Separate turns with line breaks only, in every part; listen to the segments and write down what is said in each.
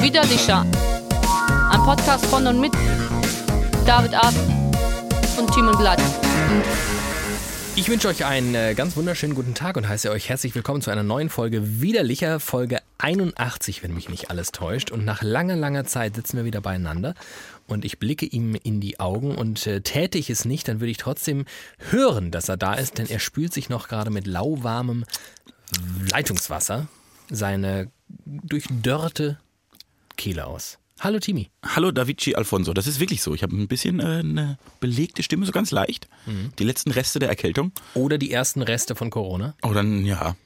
Wieder sicher. Ein Podcast von und mit David Ab und Timon Glatt.
Ich wünsche euch einen äh, ganz wunderschönen guten Tag und heiße euch herzlich willkommen zu einer neuen Folge Widerlicher, Folge 81, wenn mich nicht alles täuscht. Und nach langer, langer Zeit sitzen wir wieder beieinander und ich blicke ihm in die Augen und äh, täte ich es nicht, dann würde ich trotzdem hören, dass er da ist, denn er spült sich noch gerade mit lauwarmem Leitungswasser seine durchdörrte Kehle aus. Hallo Timi.
Hallo Davici Alfonso, das ist wirklich so. Ich habe ein bisschen äh, eine belegte Stimme, so ganz leicht.
Mhm.
Die letzten Reste der Erkältung.
Oder die ersten Reste von Corona?
Oh, dann, ja.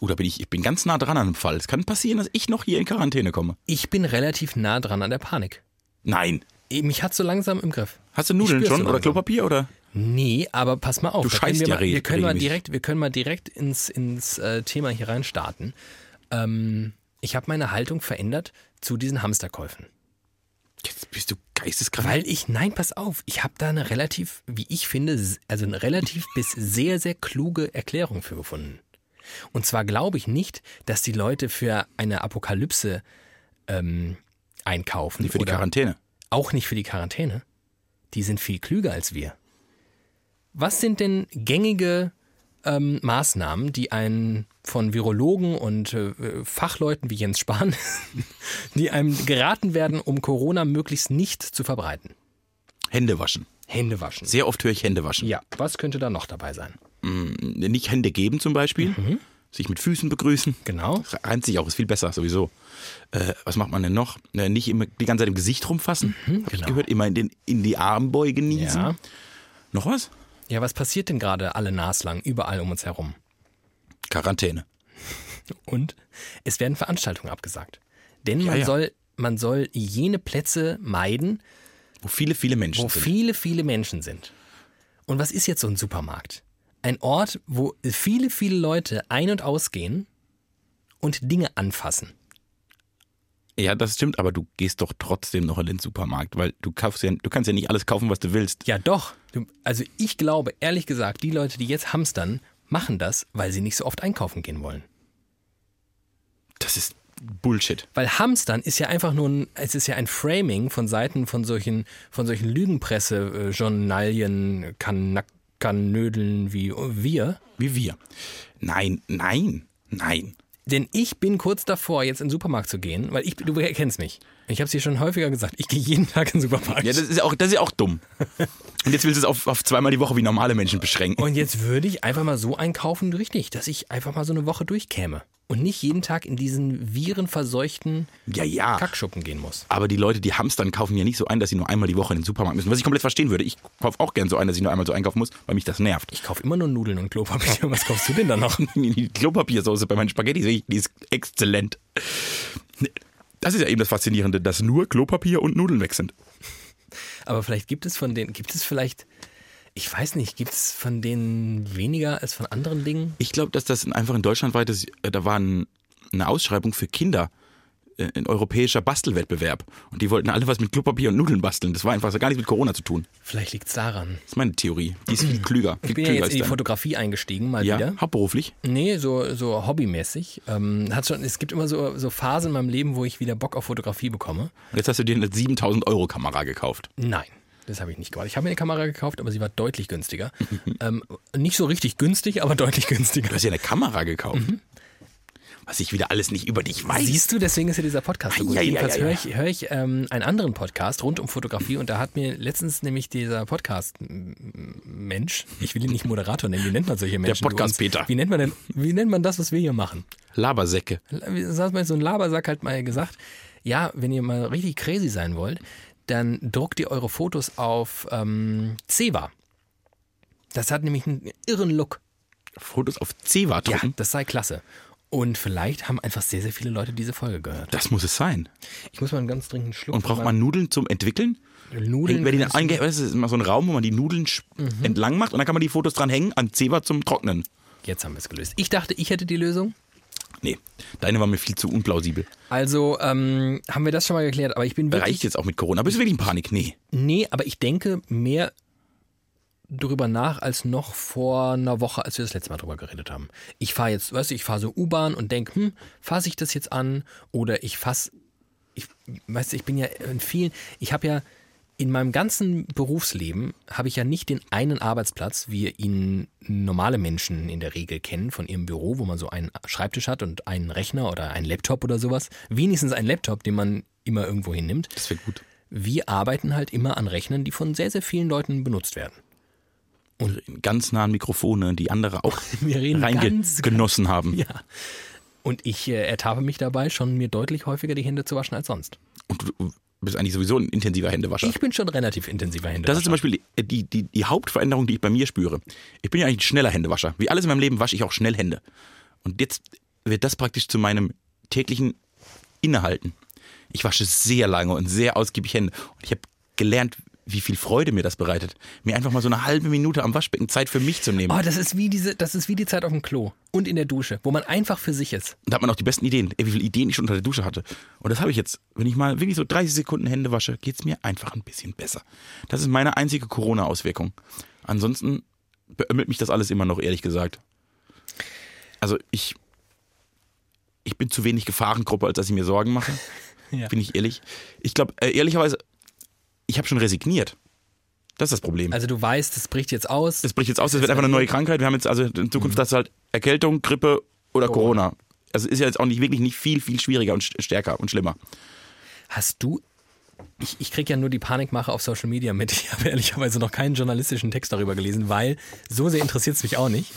Oh, da bin ich, ich bin ganz nah dran an einem Fall. Es kann passieren, dass ich noch hier in Quarantäne komme.
Ich bin relativ nah dran an der Panik.
Nein.
Mich hat so langsam im Griff.
Hast du Nudeln
spür's
schon
so
oder
langsam.
Klopapier oder?
Nee, aber pass mal auf.
Du
da
scheißt
können wir,
ja
mal, wir
re-
können mal
regelmäßig.
direkt, wir können mal direkt ins, ins äh, Thema hier rein starten. Ähm, ich habe meine Haltung verändert zu diesen Hamsterkäufen.
Jetzt bist du geisteskrank.
Weil ich, nein, pass auf, ich habe da eine relativ, wie ich finde, s- also eine relativ bis sehr, sehr kluge Erklärung für gefunden. Und zwar glaube ich nicht, dass die Leute für eine Apokalypse ähm, einkaufen.
Nee, für die
oder-
Quarantäne.
auch nicht für die Quarantäne. Die sind viel klüger als wir. Was sind denn gängige ähm, Maßnahmen, die einen von Virologen und äh, Fachleuten wie Jens Spahn, die einem geraten werden, um Corona möglichst nicht zu verbreiten?
Hände waschen.
Hände waschen.
Sehr oft höre ich Hände waschen.
Ja, was könnte da noch dabei sein?
Nicht Hände geben zum Beispiel.
Mhm.
Sich mit Füßen begrüßen.
Genau.
Reimt sich auch, ist viel besser sowieso. Äh, was macht man denn noch? Äh, nicht immer die ganze Zeit im Gesicht rumfassen. Hab ich
genau.
gehört, immer in, den, in die Armbeuge niesen.
Ja.
Noch was?
ja, was passiert denn gerade alle naslang, überall um uns herum?
Quarantäne.
Und es werden Veranstaltungen abgesagt. Denn man,
ja.
Soll, man soll jene Plätze meiden,
Wo viele, viele Menschen
wo
sind.
viele, viele Menschen sind. Und was ist jetzt so ein Supermarkt? Ein Ort, wo viele, viele Leute ein- und ausgehen und Dinge anfassen.
Ja, das stimmt, aber du gehst doch trotzdem noch in den Supermarkt, weil du kaufst ja, du kannst ja nicht alles kaufen, was du willst.
Ja, doch. Du- Also ich glaube, ehrlich gesagt, die Leute, die jetzt hamstern, machen das, weil sie nicht so oft einkaufen gehen wollen.
Das ist Bullshit.
Weil Hamstern ist ja einfach nur ein, es ist ja ein Framing von Seiten von solchen, von solchen Lügenpresse, äh, Journalien, Kanak- Kanödeln wie wir.
Wie wir. Nein, nein, nein.
Denn ich bin kurz davor, jetzt in den Supermarkt zu gehen, weil ich, du kennst mich. Ich habe es dir schon häufiger gesagt, ich gehe jeden Tag in den Supermarkt.
Ja, das ist ja auch, das ist ja auch dumm. Und jetzt willst du es auf, auf zweimal die Woche wie normale Menschen beschränken.
und jetzt würde ich einfach mal so einkaufen, richtig, dass ich einfach mal so eine Woche durchkäme und nicht jeden Tag in diesen virenverseuchten
ja, ja.
Kackschuppen gehen muss.
Aber die Leute, die hamstern, kaufen ja nicht so ein, dass sie nur einmal die Woche in den Supermarkt müssen. Was ich komplett verstehen würde. Ich kaufe auch gern so ein, dass ich nur einmal so einkaufen muss, weil mich das nervt.
Ich kaufe immer nur Nudeln und Klopapier. Was kaufst du denn da noch?
Die Klopapiersoße bei meinen Spaghetti sehe ich, die ist exzellent. Das ist ja eben das Faszinierende, dass nur Klopapier und Nudeln weg sind.
Aber vielleicht gibt es von denen, gibt es vielleicht, ich weiß nicht, gibt es von denen weniger als von anderen Dingen?
Ich glaube, dass das ein- einfach ein deutschlandweites, äh, da war ein, eine Ausschreibung für Kinder, äh, ein europäischer Bastelwettbewerb. Und die wollten alle was mit Klopapier und Nudeln basteln. Das war einfach, das hat gar nichts mit Corona zu tun.
Vielleicht liegt es daran.
Das ist meine Theorie. Die ist viel klüger. Viel
Ich bin ja
klüger
jetzt in die
als deine.
Fotografie eingestiegen, mal wieder.
ja, hauptberuflich.
Nee, so, so hobbymäßig. Ähm, hat schon, es gibt immer so, so Phasen in meinem Leben, wo ich wieder Bock auf Fotografie bekomme.
Und jetzt hast du dir eine 7000 Euro Kamera gekauft.
Nein, das habe ich nicht gemacht. Ich habe mir eine Kamera gekauft, aber sie war deutlich günstiger. ähm, nicht so richtig günstig, aber deutlich günstiger.
Du hast ja eine Kamera gekauft. Was ich wieder alles nicht über dich weiß.
Mhm. Siehst du, deswegen ist ja dieser Podcast so gut.
Ei, ei, ei,
Jedenfalls
ei,
höre
ei.
ich, höre ich ähm, einen anderen Podcast rund um Fotografie und da hat mir letztens nämlich dieser Podcast-Mensch, ich will ihn nicht Moderator nennen, wie nennt man solche Menschen?
Podcast
Du uns-
Peter.
Wie nennt man denn, wie nennt man das, was wir hier machen?
Labersäcke.
Das hat mal so ein Labersack halt mal gesagt, ja, wenn ihr mal richtig crazy sein wollt, dann druckt ihr eure Fotos auf ähm, Zewa. Das hat nämlich einen irren Look.
Fotos auf Zewa drucken.
Das sei klasse. Und vielleicht haben einfach sehr, sehr viele Leute diese Folge gehört.
Das muss es sein.
Ich muss mal einen ganz dringenden Schluck.
Und braucht man Nudeln zum Entwickeln?
Nudeln? Mhm.
Hängt man die dann einge das ist immer so ein Raum, wo man die Nudeln sch- entlang macht und dann kann man die Fotos dran hängen an Zewa zum Trocknen.
Jetzt haben wir es gelöst. Ich dachte, ich hätte die Lösung.
Nee, deine war mir viel zu unplausibel.
Also ähm, haben wir das schon mal geklärt. Aber ich bin wirklich...
Reicht jetzt auch mit Corona. Bist du wirklich in Panik? Nee.
Nee, aber ich denke, mehr drüber nach als noch vor einer Woche, als wir das letzte Mal drüber geredet haben. Ich fahre jetzt, weißt du, ich fahre so U-Bahn und denke, hm, fasse ich das jetzt an oder ich fasse, ich, weißt du, ich bin ja in vielen, ich habe ja in meinem ganzen Berufsleben habe ich ja nicht den einen Arbeitsplatz, wie ihn normale Menschen in der Regel kennen von ihrem Büro, wo man so einen Schreibtisch hat und einen Rechner oder einen Laptop oder sowas. Wenigstens einen Laptop, den man immer irgendwo hinnimmt.
Das wird gut.
Wir arbeiten halt immer an Rechnern, die von sehr, sehr vielen Leuten benutzt werden.
Und ganz nahen Mikrofone, die andere auch
Wir reden ganz,
reingenossen haben.
Ja. Und ich äh, ertappe mich dabei, schon mir deutlich häufiger die Hände zu waschen als sonst.
Und du bist eigentlich sowieso ein intensiver Händewascher.
Ich bin schon relativ intensiver Hände.
Das ist zum Beispiel die, äh, die, die, die Hauptveränderung, die ich bei mir spüre. Ich bin ja eigentlich ein schneller Händewascher. Wie alles in meinem Leben wasche ich auch schnell Hände. Und jetzt wird das praktisch zu meinem täglichen Innehalten. Ich wasche sehr lange und sehr ausgiebig Hände. Und ich habe gelernt, wie viel Freude mir das bereitet, mir einfach mal so eine halbe Minute am Waschbecken Zeit für mich zu nehmen.
Oh, das ist wie diese, das ist wie die Zeit auf dem Klo und in der Dusche, wo man einfach für sich ist.
Und da hat man auch die besten Ideen. Ey, wie viele Ideen ich schon unter der Dusche hatte. Und das habe ich jetzt. Wenn ich mal wirklich so 30 Sekunden Hände wasche, geht es mir einfach ein bisschen besser. Das ist meine einzige Corona-Auswirkung. Ansonsten beömmelt mich das alles immer noch, ehrlich gesagt. Also ich, ich bin zu wenig Gefahrengruppe, als dass ich mir Sorgen mache.
Ja.
Bin ich ehrlich. Ich glaube, äh, ehrlicherweise, ich habe schon resigniert. Das ist das Problem.
Also du weißt, es bricht jetzt aus.
Das bricht jetzt aus, das wird einfach eine neue Krankheit. Wir haben jetzt also in Zukunft das halt Erkältung, Grippe oder Corona. Also ist ja jetzt auch nicht wirklich nicht viel, viel schwieriger und st- stärker und schlimmer.
Hast du. Ich, ich kriege ja nur die Panikmache auf Social Media mit. Ich habe ehrlicherweise noch keinen journalistischen Text darüber gelesen, weil so sehr interessiert es mich auch nicht.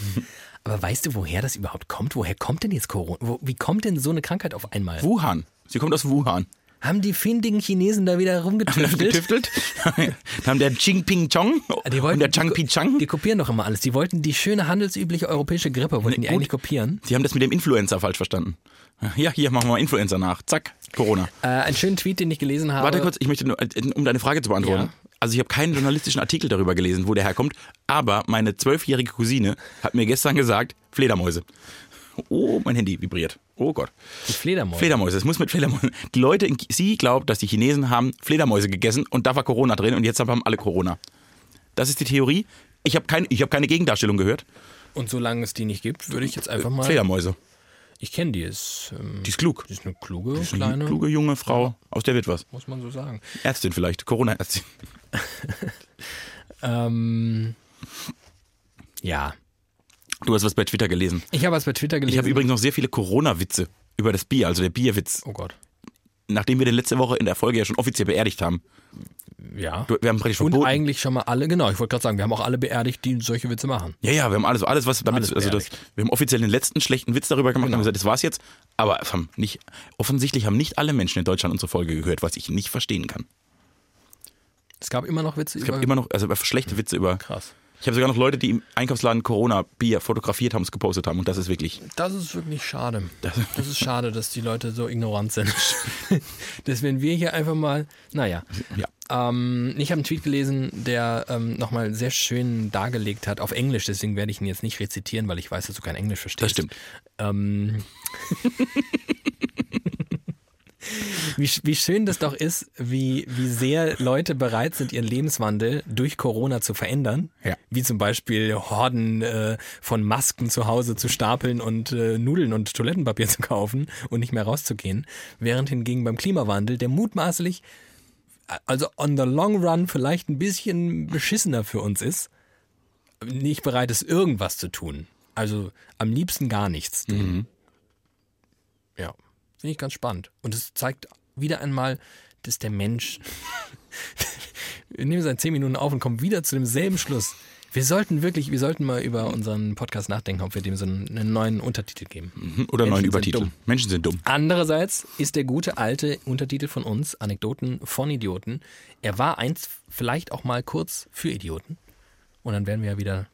Aber weißt du, woher das überhaupt kommt? Woher kommt denn jetzt Corona? Wo, wie kommt denn so eine Krankheit auf einmal?
Wuhan. Sie kommt aus Wuhan.
Haben die findigen Chinesen da wieder rumgetüftelt?
Getüftelt. Dann haben der Jinping Chong
Ah, Die wollten,
und der Chang Pi Chang.
Die kopieren doch immer alles. Die wollten die schöne handelsübliche europäische Grippe, wollten die
gut.
eigentlich kopieren.
Die haben das mit dem Influencer falsch verstanden. Ja, hier machen wir mal Influencer nach. Zack, Corona.
Äh, einen schönen Tweet, den ich gelesen habe.
Warte kurz, ich möchte nur, äh, um deine Frage zu beantworten.
Ja.
Also ich habe keinen journalistischen Artikel darüber gelesen, wo der herkommt, aber meine zwölfjährige Cousine hat mir gestern gesagt, Fledermäuse. Oh, mein Handy vibriert. Oh Gott.
Die Fledermäuse.
Fledermäuse, es muss mit Fledermäusen. Die Leute, in, sie glaubt, dass die Chinesen haben Fledermäuse gegessen und da war Corona drin und jetzt haben alle Corona. Das ist die Theorie. Ich habe kein, ich hab keine Gegendarstellung gehört.
Und solange es die nicht gibt, würde ich
Äh,
jetzt einfach mal.
Fledermäuse.
Ich kenne die. Ist, ähm,
Die ist klug.
die ist eine kluge,
Eine
kleine,
kluge junge Frau, aus der wird was.
muss man so sagen.
Ärztin vielleicht, Corona-Ärztin.
Ähm, ja.
Du hast was bei Twitter gelesen.
Ich habe was bei Twitter gelesen.
Ich habe übrigens noch sehr viele Corona-Witze über das Bier, also der Bierwitz,
Oh Gott.
nachdem wir den letzte Woche in der Folge ja schon offiziell beerdigt haben.
Ja.
Du- Wir haben praktisch
Und
verboten.
eigentlich schon mal alle, genau, ich wollte gerade sagen, wir haben auch alle beerdigt, die solche Witze machen.
ja, ja, wir haben alles, alles was damit,
Alles Genau.
also das, wir haben offiziell den letzten schlechten Witz darüber gemacht und haben gesagt, das war's jetzt. Aber es haben nicht, offensichtlich haben nicht alle Menschen in Deutschland unsere Folge gehört, was ich nicht verstehen kann.
Es gab immer noch Witze
Es
über.
gab immer noch, also über schlechte Witze über.
Mhm. Krass.
Ich habe sogar noch Leute, die im Einkaufsladen Corona-Bier fotografiert haben, es gepostet haben und das ist wirklich.
Das ist wirklich schade. Das ist schade, dass die Leute so ignorant sind. dass wenn wir hier einfach mal, naja.
Ja.
Ähm, ich habe einen Tweet gelesen, der ähm, nochmal sehr schön dargelegt hat, auf Englisch, deswegen werde ich ihn jetzt nicht rezitieren, weil ich weiß, dass du kein Englisch verstehst.
Das stimmt.
Ähm, wie, sch- wie schön das doch ist, wie, wie sehr Leute bereit sind, ihren Lebenswandel durch Corona zu verändern.
Ja.
Wie zum Beispiel Horden äh, von Masken zu Hause zu stapeln und äh, Nudeln und Toilettenpapier zu kaufen und nicht mehr rauszugehen. Während hingegen beim Klimawandel, der mutmaßlich, äh, also on the long run, vielleicht ein bisschen beschissener für uns ist, nicht bereit ist, irgendwas zu tun. Also am liebsten gar nichts. tun. Ja, finde ich ganz spannend. Und es zeigt wieder einmal, dass der Mensch. wir nehmen seit zehn Minuten auf und kommen wieder zu demselben Schluss. Wir sollten wirklich, wir sollten mal über unseren Podcast nachdenken, ob wir dem so einen, einen neuen Untertitel geben.
Oder
Menschen
neuen
sind
Übertitel.
dumm.
Menschen sind dumm.
Andererseits ist der gute alte Untertitel von uns, Anekdoten von Idioten, er war einst vielleicht auch mal kurz für Idioten. Und dann wären wir ja wieder,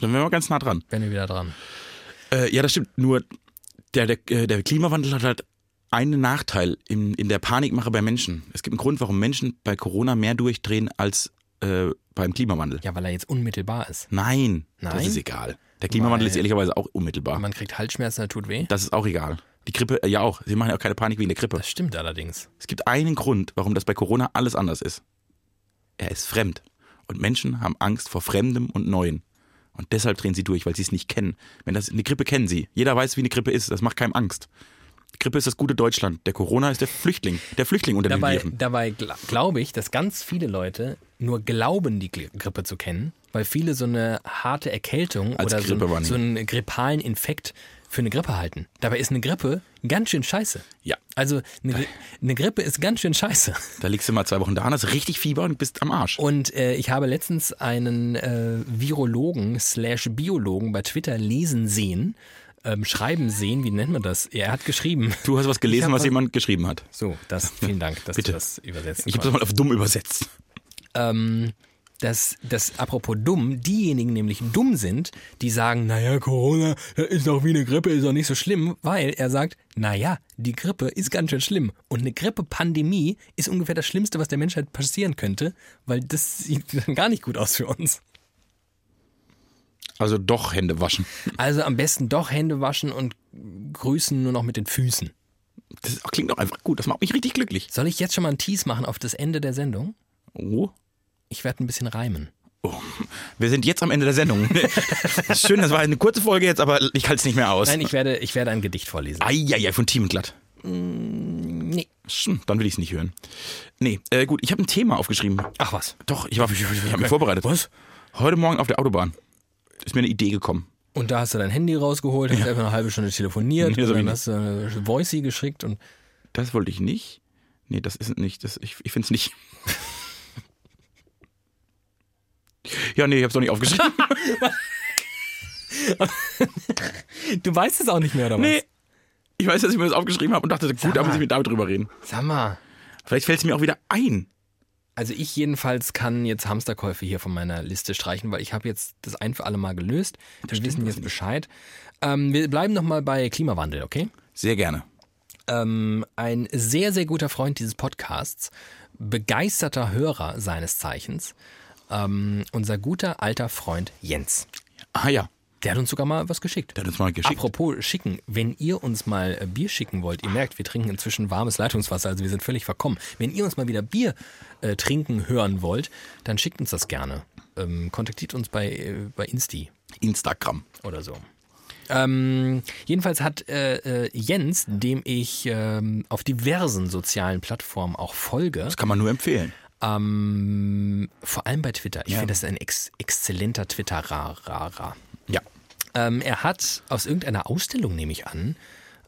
Dann wären wir ganz nah dran.
wären wir wieder dran.
Äh, ja, das stimmt. Nur der, der, äh, der Klimawandel hat halt einen Nachteil in, in der Panikmache bei Menschen. Es gibt einen Grund, warum Menschen bei Corona mehr durchdrehen als äh, beim Klimawandel.
Ja, weil er jetzt unmittelbar ist.
Nein, das
Nein?
ist egal. Der Klimawandel
Weil-
ist ehrlicherweise auch unmittelbar.
Man kriegt Halsschmerzen, da tut weh.
Das ist auch egal. Die Grippe, äh, ja auch. Sie machen ja auch keine Panik wegen der Grippe.
Das stimmt allerdings.
Es gibt einen Grund, warum das bei Corona alles anders ist. Er ist fremd. Und Menschen haben Angst vor Fremdem und Neuen. Und deshalb drehen sie durch, weil sie es nicht kennen. Wenn das eine Grippe kennen sie. Jeder weiß, wie eine Grippe ist. Das macht keinem Angst. Grippe ist das gute Deutschland. Der Corona ist der Flüchtling. Der Flüchtling unter
Dabei,
den Viren.
dabei gla- glaube ich, dass ganz viele Leute nur glauben, die Gri- Grippe zu kennen, weil viele so eine harte Erkältung
Als
oder so,
Grippe
einen-
wahrnehmen.
so einen grippalen Infekt für eine Grippe halten. Dabei ist eine Grippe ganz schön scheiße.
Ja.
Also eine, Gri- eine Grippe ist ganz schön scheiße.
Da liegst du mal zwei Wochen da, hast richtig Fieber und bist am Arsch.
Und äh, ich habe letztens einen äh, Virologen slash Biologen bei Twitter lesen sehen, ähm, schreiben sehen, wie nennt man das? Er hat geschrieben.
Du hast was
Ich
gelesen,
hab
was
was-
jemand geschrieben hat.
So, das, vielen Dank, dass
Bitte.
du das übersetzt
Ich habe das mal auf dumm übersetzt.
ähm, dass, dass apropos dumm, diejenigen nämlich dumm sind, die sagen, naja, Corona das ist doch wie eine Grippe, ist doch nicht so schlimm, weil er sagt, naja, die Grippe ist ganz schön schlimm. Und eine Grippe-Pandemie ist ungefähr das Schlimmste, was der Menschheit passieren könnte, weil das sieht dann gar nicht gut aus für uns.
Also doch Hände waschen.
Also am besten doch Hände waschen und grüßen nur noch mit den Füßen.
Das klingt doch einfach gut. Das macht mich richtig glücklich.
Soll ich jetzt schon mal einen Tease machen auf das Ende der Sendung?
Oh.
Ich werde ein bisschen reimen.
oh. Wir sind jetzt am Ende der Sendung. Schön, das war eine kurze Folge jetzt, aber ich halte es nicht mehr aus.
Nein, ich werde, ich werde ein Gedicht vorlesen.
Eieiei, von Team glatt.
Mm, Nee.
Hm, dann will ich es nicht hören. Nee, äh, gut, ich habe ein Thema aufgeschrieben.
Ach was.
Doch, ich, war- ich, ich habe mich vorbereitet. Was? Heute Morgen auf der Autobahn ist mir eine Idee gekommen.
Und da hast du dein Handy rausgeholt, hast einfach eine halbe Stunde telefoniert
Nee, das
und
hab ich
dann
nicht.
hast du eine Voicey geschickt und
Das wollte ich nicht. Nee, das ist nicht. Das, ich ich finde es nicht. ja, nee, ich habe es doch nicht aufgeschrieben.
du weißt es auch nicht mehr, oder was?
nee. Ich weiß, dass ich mir das aufgeschrieben habe und dachte, gut, da
mal.
muss ich mit damit drüber reden.
Sag mal.
Vielleicht fällt es mir auch wieder ein.
Also ich jedenfalls kann jetzt Hamsterkäufe hier von meiner Liste streichen, weil ich habe jetzt das ein für alle Mal gelöst. Wir wissen jetzt Bescheid. Ähm, wir bleiben nochmal bei Klimawandel, okay?
Sehr gerne.
Ähm, ein sehr, sehr guter Freund dieses Podcasts, begeisterter Hörer seines Zeichens, ähm, unser guter alter Freund Jens.
Ah ja,
Der hat uns sogar mal was geschickt.
der hat uns mal geschickt.
Apropos schicken, wenn ihr uns mal äh, Bier schicken wollt, ihr merkt, wir trinken inzwischen warmes Leitungswasser, also wir sind völlig verkommen. Wenn ihr uns mal wieder Bier äh, trinken hören wollt, dann schickt uns das gerne. Ähm, kontaktiert uns bei, äh, bei Insti
Instagram.
oder so. Ähm, jedenfalls hat äh, äh, Jens, dem ich ähm, auf diversen sozialen Plattformen auch folge,
Das kann man nur empfehlen.
ähm, vor allem bei Twitter. Ich
Ja.
finde, das ist ein ex exzellenter Twitterer.
Ja.
Ähm, er hat aus irgendeiner Ausstellung, nehme ich an,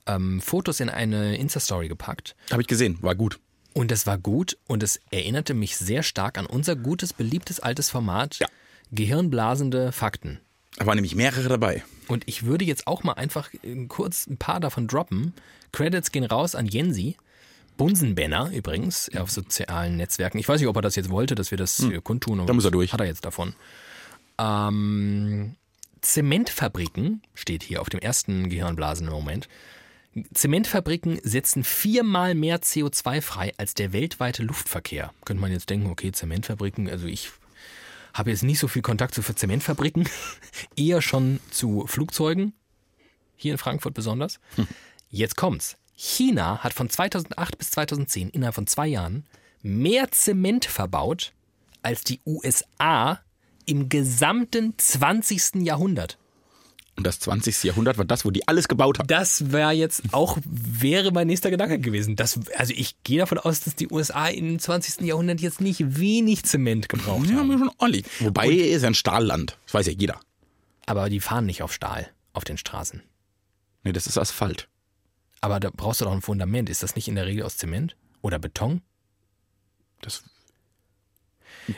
ähm, Fotos in eine Insta-Story gepackt.
Habe ich gesehen, war gut.
Und das war gut und es erinnerte mich sehr stark an unser gutes, beliebtes altes Format
Ja.
Gehirnblasende Fakten.
Da waren nämlich mehrere dabei.
Und ich würde jetzt auch mal einfach äh, kurz ein paar davon droppen. Credits gehen raus an Jensi. Bunsenbenner übrigens äh, auf sozialen Netzwerken. Ich weiß nicht, ob er das jetzt wollte, dass wir das äh, kundtun. aber
Hm. Da muss er
das
durch.
Hat er jetzt davon. Ähm, Zementfabriken steht hier auf dem ersten Gehirnblasen im Moment. Zementfabriken setzen viermal mehr CO2 frei als der weltweite Luftverkehr. Könnte man jetzt denken, okay, Zementfabriken, also ich habe jetzt nicht so viel Kontakt zu Zementfabriken, eher schon zu Flugzeugen, hier in Frankfurt besonders. Jetzt kommt's. China hat von 2008 bis 2010 innerhalb von zwei Jahren mehr Zement verbaut als die USA im gesamten 20. Jahrhundert.
Und das 20. Jahrhundert war das, wo die alles gebaut haben.
Das wäre jetzt auch, wäre mein nächster Gedanke gewesen. Das, also ich gehe davon aus, dass die USA im 20. Jahrhundert jetzt nicht wenig Zement gebraucht
Ja,
haben.
haben wir schon ordentlich. Wobei, ist ja ein Stahlland. Das weiß ja jeder.
Aber die fahren nicht auf Stahl auf den Straßen.
Nee, das ist Asphalt.
Aber da brauchst du doch ein Fundament. Ist das nicht in der Regel aus Zement oder Beton?
Das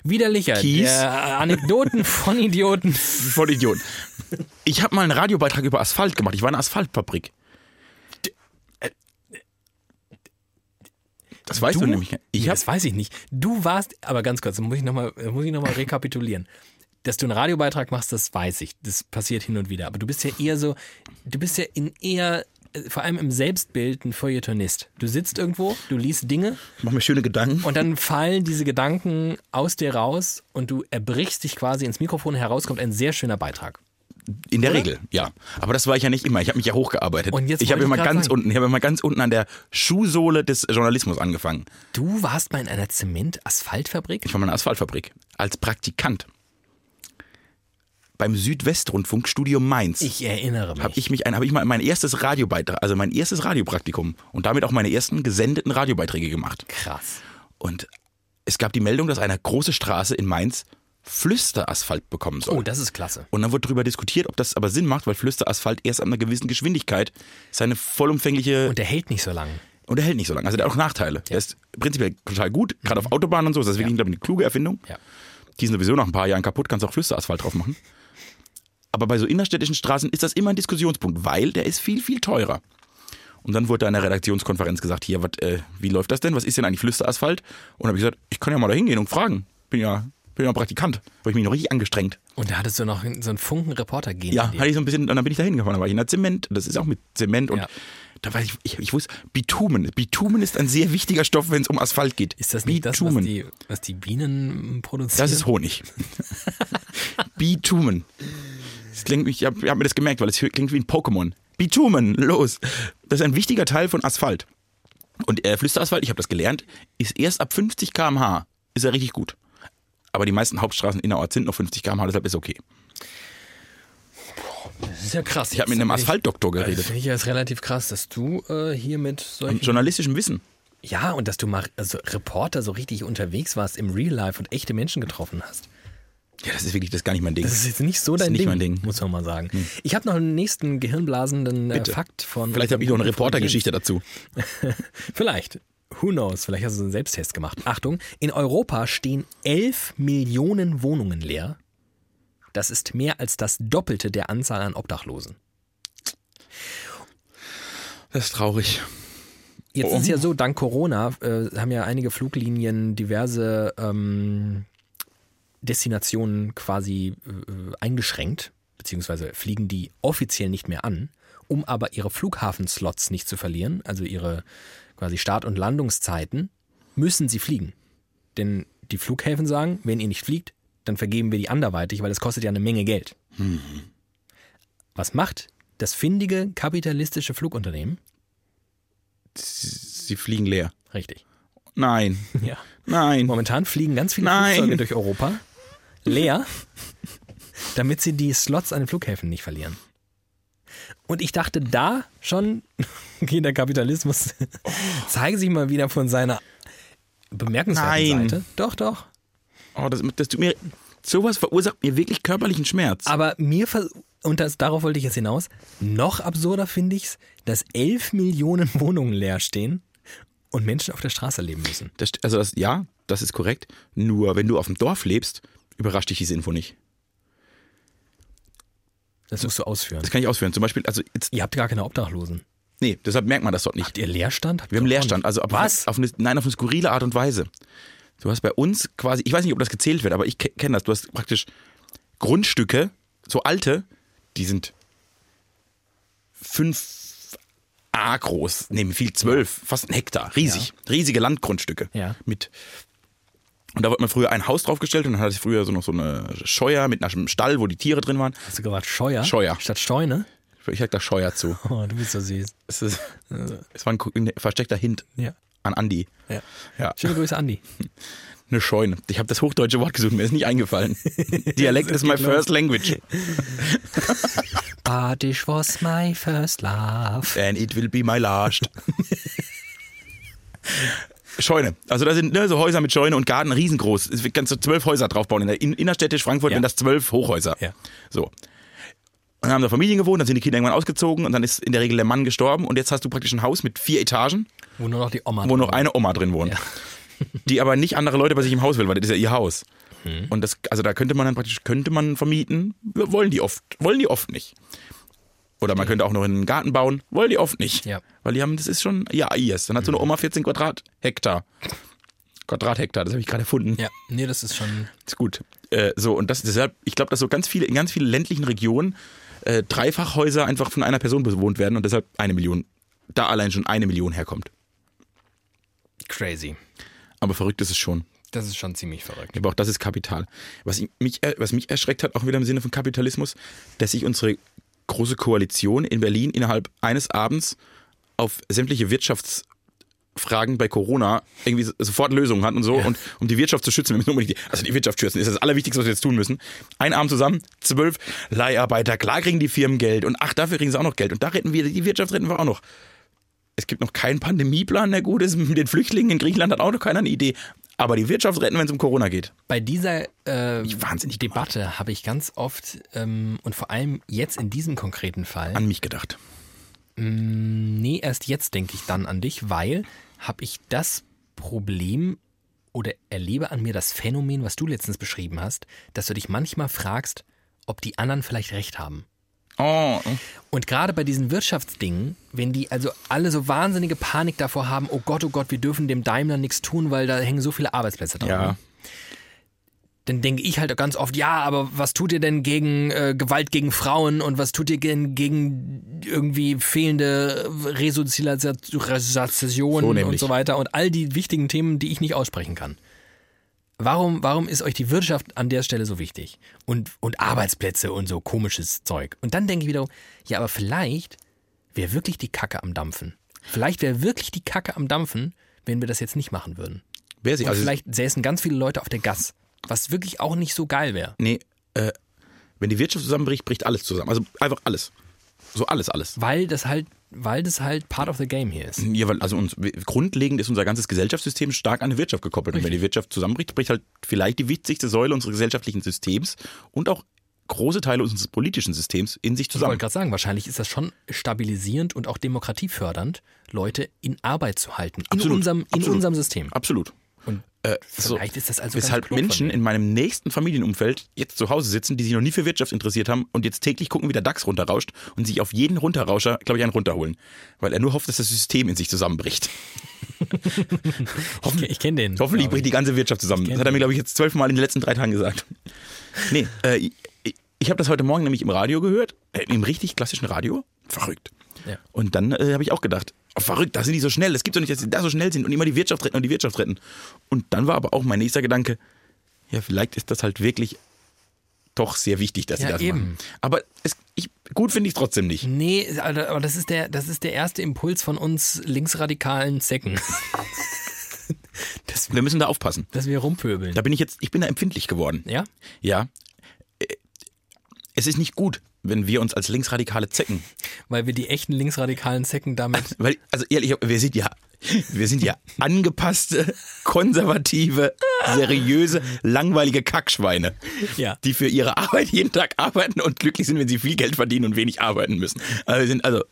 Widerlicher.
Kies?
Der Anekdoten von Idioten.
voll Idiot. Ich habe mal einen Radiobeitrag über Asphalt gemacht. Ich war in einer Asphaltfabrik. Das weißt äh, du, nämlich.
Ich
Ich hab,
das weiß ich nicht. Du warst, aber ganz kurz, da muss ich nochmal noch mal- muss ich noch mal rekapitulieren. Dass du einen Radiobeitrag machst, das weiß ich. Das passiert hin und wieder. Aber du bist ja eher so, du bist ja in eher, äh, vor allem im Selbstbild, ein Feuilletonist. Du sitzt irgendwo, du liest Dinge
mach mir schöne Gedanken.
und dann fallen diese Gedanken aus dir raus und du erbrichst dich quasi ins Mikrofon. Heraus kommt ein sehr schöner Beitrag.
In der Regel, ja. Aber das war ich ja nicht immer. Ich habe mich ja hochgearbeitet.
Und jetzt
ich habe
wollte ich
immer
grad
ganz
sagen.
unten, ich habe immer ganz unten an der Schuhsohle des Journalismus angefangen.
Du warst mal in einer Zement-Asphaltfabrik?
Ich war mal in der Asphaltfabrik als Praktikant beim Südwestrundfunkstudio Mainz.
Ich erinnere mich.
Habe ich mich ein, habe ich mal mein erstes Radiobeitrag, also mein erstes Radiopraktikum und damit auch meine ersten gesendeten Radiobeiträge gemacht.
Krass.
Und es gab die Meldung, dass eine große Straße in Mainz Flüsterasphalt bekommen soll.
Oh, das ist klasse.
Und dann wurde darüber diskutiert, ob das aber Sinn macht, weil Flüsterasphalt erst ab einer gewissen Geschwindigkeit seine vollumfängliche
Und der hält nicht so lange.
und er hält nicht so lange. Also der hat auch Nachteile. Der ist prinzipiell total gut, gerade auf Autobahnen und so. Das ist wirklich, glaube ich, eine kluge Erfindung.
Mhm. Ja.
Die sind sowieso nach ein paar Jahren kaputt, kannst auch Flüsterasphalt drauf machen. Aber bei so innerstädtischen Straßen ist das immer ein Diskussionspunkt, weil der ist viel, viel teurer. Und dann wurde da in der Redaktionskonferenz gesagt, hier, wat, äh, wie läuft das denn? Was ist denn eigentlich Flüsterasphalt? Und habe ich gesagt, ich kann ja mal da hingehen und fragen. Bin ja, bin ja Praktikant. Habe ich mich noch richtig angestrengt.
Und da hattest du noch so einen Funken Reporter gehen.
Ja, halt hatte ich so ein bisschen, und dann bin ich da hingefahren, da war ich in der Zement, das ist auch mit Zement und
Ja.
da weiß ich, ich, ich wusste, Bitumen, Bitumen ist ein sehr wichtiger Stoff, wenn es um Asphalt geht.
Ist das nicht das, was
Bitumen,
die, was die Bienen produzieren?
das ist Honig. Bitumen. Das klingt, ich habe hab mir das gemerkt, weil es klingt wie ein Pokémon. Bitumen, los. Das ist ein wichtiger Teil von Asphalt. Und äh, Flüsterasphalt, ich habe das gelernt, ist erst ab 50 km/h ist er richtig gut. Aber die meisten Hauptstraßen innerorts sind noch 50 km/h, deshalb ist okay.
Das ist Also ja krass.
Ich habe mit einem Asphaltdoktor geredet.
Finde ich jetzt relativ krass, dass du äh, hier mit solchen.
Mit journalistischem Wissen.
Ja, und dass du mal also Reporter so richtig unterwegs warst im Real Life und echte Menschen getroffen hast.
Ja, das ist wirklich, das ist gar nicht mein Ding.
Das ist jetzt nicht so
Das ist
dein
nicht
Ding,
mein Ding. Hm.
muss man mal sagen. Ich habe noch einen nächsten gehirnblasenden äh,
Bitte.
Fakt von.
Vielleicht habe ich noch eine
von
Reportergeschichte dazu.
Vielleicht. Who knows? Vielleicht hast du einen Selbsttest gemacht. Achtung, in Europa stehen 11 Millionen Wohnungen leer. Das ist mehr als das Doppelte der Anzahl an Obdachlosen.
Das ist traurig.
Jetzt ist ja so, dank Corona äh, haben ja einige Fluglinien diverse ähm, Destinationen quasi äh, eingeschränkt, beziehungsweise fliegen die offiziell nicht mehr an, um aber ihre Flughafenslots nicht zu verlieren, also ihre quasi Start- und Landungszeiten, müssen sie fliegen. Denn die Flughäfen sagen, wenn ihr nicht fliegt, dann vergeben wir die anderweitig, weil das kostet ja eine Menge Geld. Was macht das findige kapitalistische Flugunternehmen?
Sie fliegen leer.
Richtig.
Nein,
Ja.
nein.
Momentan fliegen ganz viele
Nein.
Flugzeuge durch Europa leer, damit sie die Slots an den Flughäfen nicht verlieren. Und ich dachte, da schon geht der Kapitalismus, zeige sich mal wieder von seiner bemerkenswerten
Nein.
Seite. Doch, doch.
Oh, das, das tut mir. Sowas verursacht mir wirklich körperlichen Schmerz.
Aber mir, ver- und das, darauf wollte ich jetzt hinaus, noch absurder finde ich es, dass 11 Millionen Wohnungen leer stehen und Menschen auf der Straße leben müssen.
Das, also das, ja, das ist korrekt. Nur wenn du auf dem Dorf lebst, überrascht dich diese Info nicht.
Das musst du ausführen.
Das kann ich ausführen. Zum Beispiel, also jetzt,
Ihr habt gar keine Obdachlosen.
nee, deshalb merkt man das dort nicht.
Ihr Leerstand? Habt
Wir
ihr
haben
auch
Leerstand.
nicht.
Also ab,
Was?
Auf eine, nein, auf eine skurrile Art und Weise. Du hast bei uns quasi, ich weiß nicht, ob das gezählt wird, aber ich ke- kenne das. Du hast praktisch Grundstücke, so alte, die sind fünf A groß, nehmen viel zwölf, fast ein Hektar, riesig, riesige Landgrundstücke
Ja.
mit. Und da wurde man früher ein Haus draufgestellt und dann hatte ich früher so noch so eine Scheuer mit einem Stall, wo die Tiere drin waren.
Hast du gesagt Scheuer?
Scheuer.
Statt Scheune?
Ich sag da Scheuer zu.
Oh, du bist so süß.
Es, ist, es war ein ku- ein versteckter Hint
Ja.
an Andi.
ja.
Ja.
Schöne Grüße, Andi.
Eine Scheune. Ich habe das hochdeutsche Wort gesucht, mir ist nicht eingefallen. Dialekt is my first language.
But it was my first love.
And it will be my last. Scheune. Also da sind ne, so Häuser mit Scheune und Garten riesengroß. Es wird- Kannst du zwölf Häuser draufbauen. In der in, innerstädtisch Frankfurt
Ja.
wären das zwölf Hochhäuser.
Ja.
So. Und dann haben da Familien gewohnt, dann sind die Kinder irgendwann ausgezogen und dann ist in der Regel der Mann gestorben und jetzt hast du praktisch ein Haus mit vier Etagen,
Wo nur noch die Oma.
wo
drin
noch
war.
eine Oma drin wohnt. Die aber nicht andere Leute bei sich im Haus will, weil das ist ja ihr Haus.
Hm.
Und das, also da könnte man dann praktisch, könnte man vermieten, wollen die oft, wollen die oft nicht. Oder man könnte auch noch einen Garten bauen, wollen die oft nicht.
Ja. Hm.
Weil die haben, das ist schon, ja, yes. Dann hat so eine Oma 14 Quadrat Hektar. Quadrathektar, das habe ich gerade erfunden.
Ja, nee, das ist schon.
Ist gut. Äh, so, und das deshalb, ich glaube, dass so ganz viele, in ganz vielen ländlichen Regionen äh, Dreifachhäuser einfach von einer Person bewohnt werden und deshalb eine Million, da allein schon eine Million herkommt.
Crazy.
Aber verrückt ist es schon.
Das ist schon ziemlich verrückt.
Aber auch das ist Kapital. Was ich- mich, äh, was mich erschreckt hat, auch wieder im Sinne von Kapitalismus, dass sich unsere große Koalition in Berlin innerhalb eines Abends auf sämtliche Wirtschaftsfragen bei Corona irgendwie so- sofort Lösungen hat und so. Und um die Wirtschaft zu schützen, wir müssen unbedingt, die- also die Wirtschaft schützen, ist das Allerwichtigste, was wir jetzt tun müssen. Ein Abend zusammen, zwölf Leiharbeiter, klar kriegen die Firmen Geld und ach, dafür kriegen sie auch noch Geld. Und da retten wir, die Wirtschaft retten wir auch noch. Es gibt noch keinen Pandemieplan, der gut ist. Mit den Flüchtlingen in Griechenland hat auch noch keiner eine Idee. Aber die Wirtschaft retten, wenn es um Corona geht.
Bei dieser äh,
Ich wahnsinnig
Debatte habe ich ganz oft ähm, und vor allem jetzt in diesem konkreten Fall,
an mich gedacht.
nee, erst jetzt denke ich dann an dich, weil habe ich das Problem oder erlebe an mir das Phänomen, was du letztens beschrieben hast, dass du dich manchmal fragst, ob die anderen vielleicht recht haben.
Oh,
Und gerade bei diesen Wirtschaftsdingen, wenn die also alle so wahnsinnige Panik davor haben, oh Gott, oh Gott, wir dürfen dem Daimler nichts tun, weil da hängen so viele Arbeitsplätze dran.
ja.
dann denke ich halt ganz oft, ja, aber was tut ihr denn gegen äh, Gewalt gegen Frauen und was tut ihr denn gegen irgendwie fehlende Resozialisation
So
und
nämlich.
so weiter und all die wichtigen Themen, die ich nicht aussprechen kann. Warum, warum ist euch die Wirtschaft an der Stelle so wichtig? Und, und Arbeitsplätze und so komisches Zeug. Und dann denke ich wiederum, ja, aber vielleicht wäre wirklich die Kacke am Dampfen. Vielleicht wäre wirklich die Kacke am Dampfen, wenn wir das jetzt nicht machen würden.
Wer sich
Und
also.
vielleicht säßen ganz viele Leute auf der Gas, was wirklich auch nicht so geil wäre.
Nee, äh, wenn die Wirtschaft zusammenbricht, bricht alles zusammen. Also einfach alles. So alles, alles.
Weil das halt, weil das halt part of the game hier ist.
Ja, weil also uns, wir- grundlegend ist unser ganzes Gesellschaftssystem stark an die Wirtschaft gekoppelt. Und wenn die Wirtschaft zusammenbricht, bricht halt vielleicht die wichtigste Säule unseres gesellschaftlichen Systems und auch große Teile unseres politischen Systems in sich
Ich wollte
zusammen.
gerade sagen, wahrscheinlich ist das schon stabilisierend und auch demokratiefördernd, Leute in Arbeit zu halten. In,
Absolut,
unserem, in
absolut.
unserem System.
Absolut.
Und
Äh, so.
vielleicht ist das also ganz
Weshalb
klug von
Menschen
denen.
in meinem nächsten Familienumfeld jetzt zu Hause sitzen, die sich noch nie für Wirtschaft interessiert haben und jetzt täglich gucken, wie der DAX runterrauscht und sich auf jeden Runterrauscher, glaube ich, einen runterholen. Weil er nur hofft, dass das System in sich zusammenbricht.
Ich, ich kenne den. glaub
Hoffentlich
ich.
bricht die ganze Wirtschaft zusammen. Das hat er mir, glaube ich, jetzt zwölfmal in den letzten drei Tagen gesagt. Nee, äh, ich, ich habe das heute Morgen nämlich im Radio gehört, äh, im richtig klassischen Radio. Verrückt.
Ja.
Und dann äh, habe ich auch gedacht, oh, verrückt, da sind die so schnell. Es gibt doch nicht, dass die da so schnell sind und immer die Wirtschaft retten und die Wirtschaft retten. Und dann war aber auch mein nächster Gedanke, ja, vielleicht ist das halt wirklich doch sehr wichtig, dass sie
Ja,
das
eben.
machen. Aber es, ich, gut finde ich es trotzdem nicht.
Nee, Alter, aber das ist, der, das ist der erste Impuls von uns linksradikalen Säcken,
Wir müssen da aufpassen.
dass wir rumpöbeln.
Da bin ich jetzt, ich bin da empfindlich geworden.
Ja?
Ja. Äh, Es ist nicht gut, wenn wir uns als Linksradikale zecken.
Weil wir die echten linksradikalen Säcken damit.
Weil, also ehrlich, wir sind ja, wir sind ja angepasste, konservative, seriöse, langweilige Kackschweine.
Ja.
Die für ihre Arbeit jeden Tag arbeiten und glücklich sind, wenn sie viel Geld verdienen und wenig arbeiten müssen. Also wir sind, also,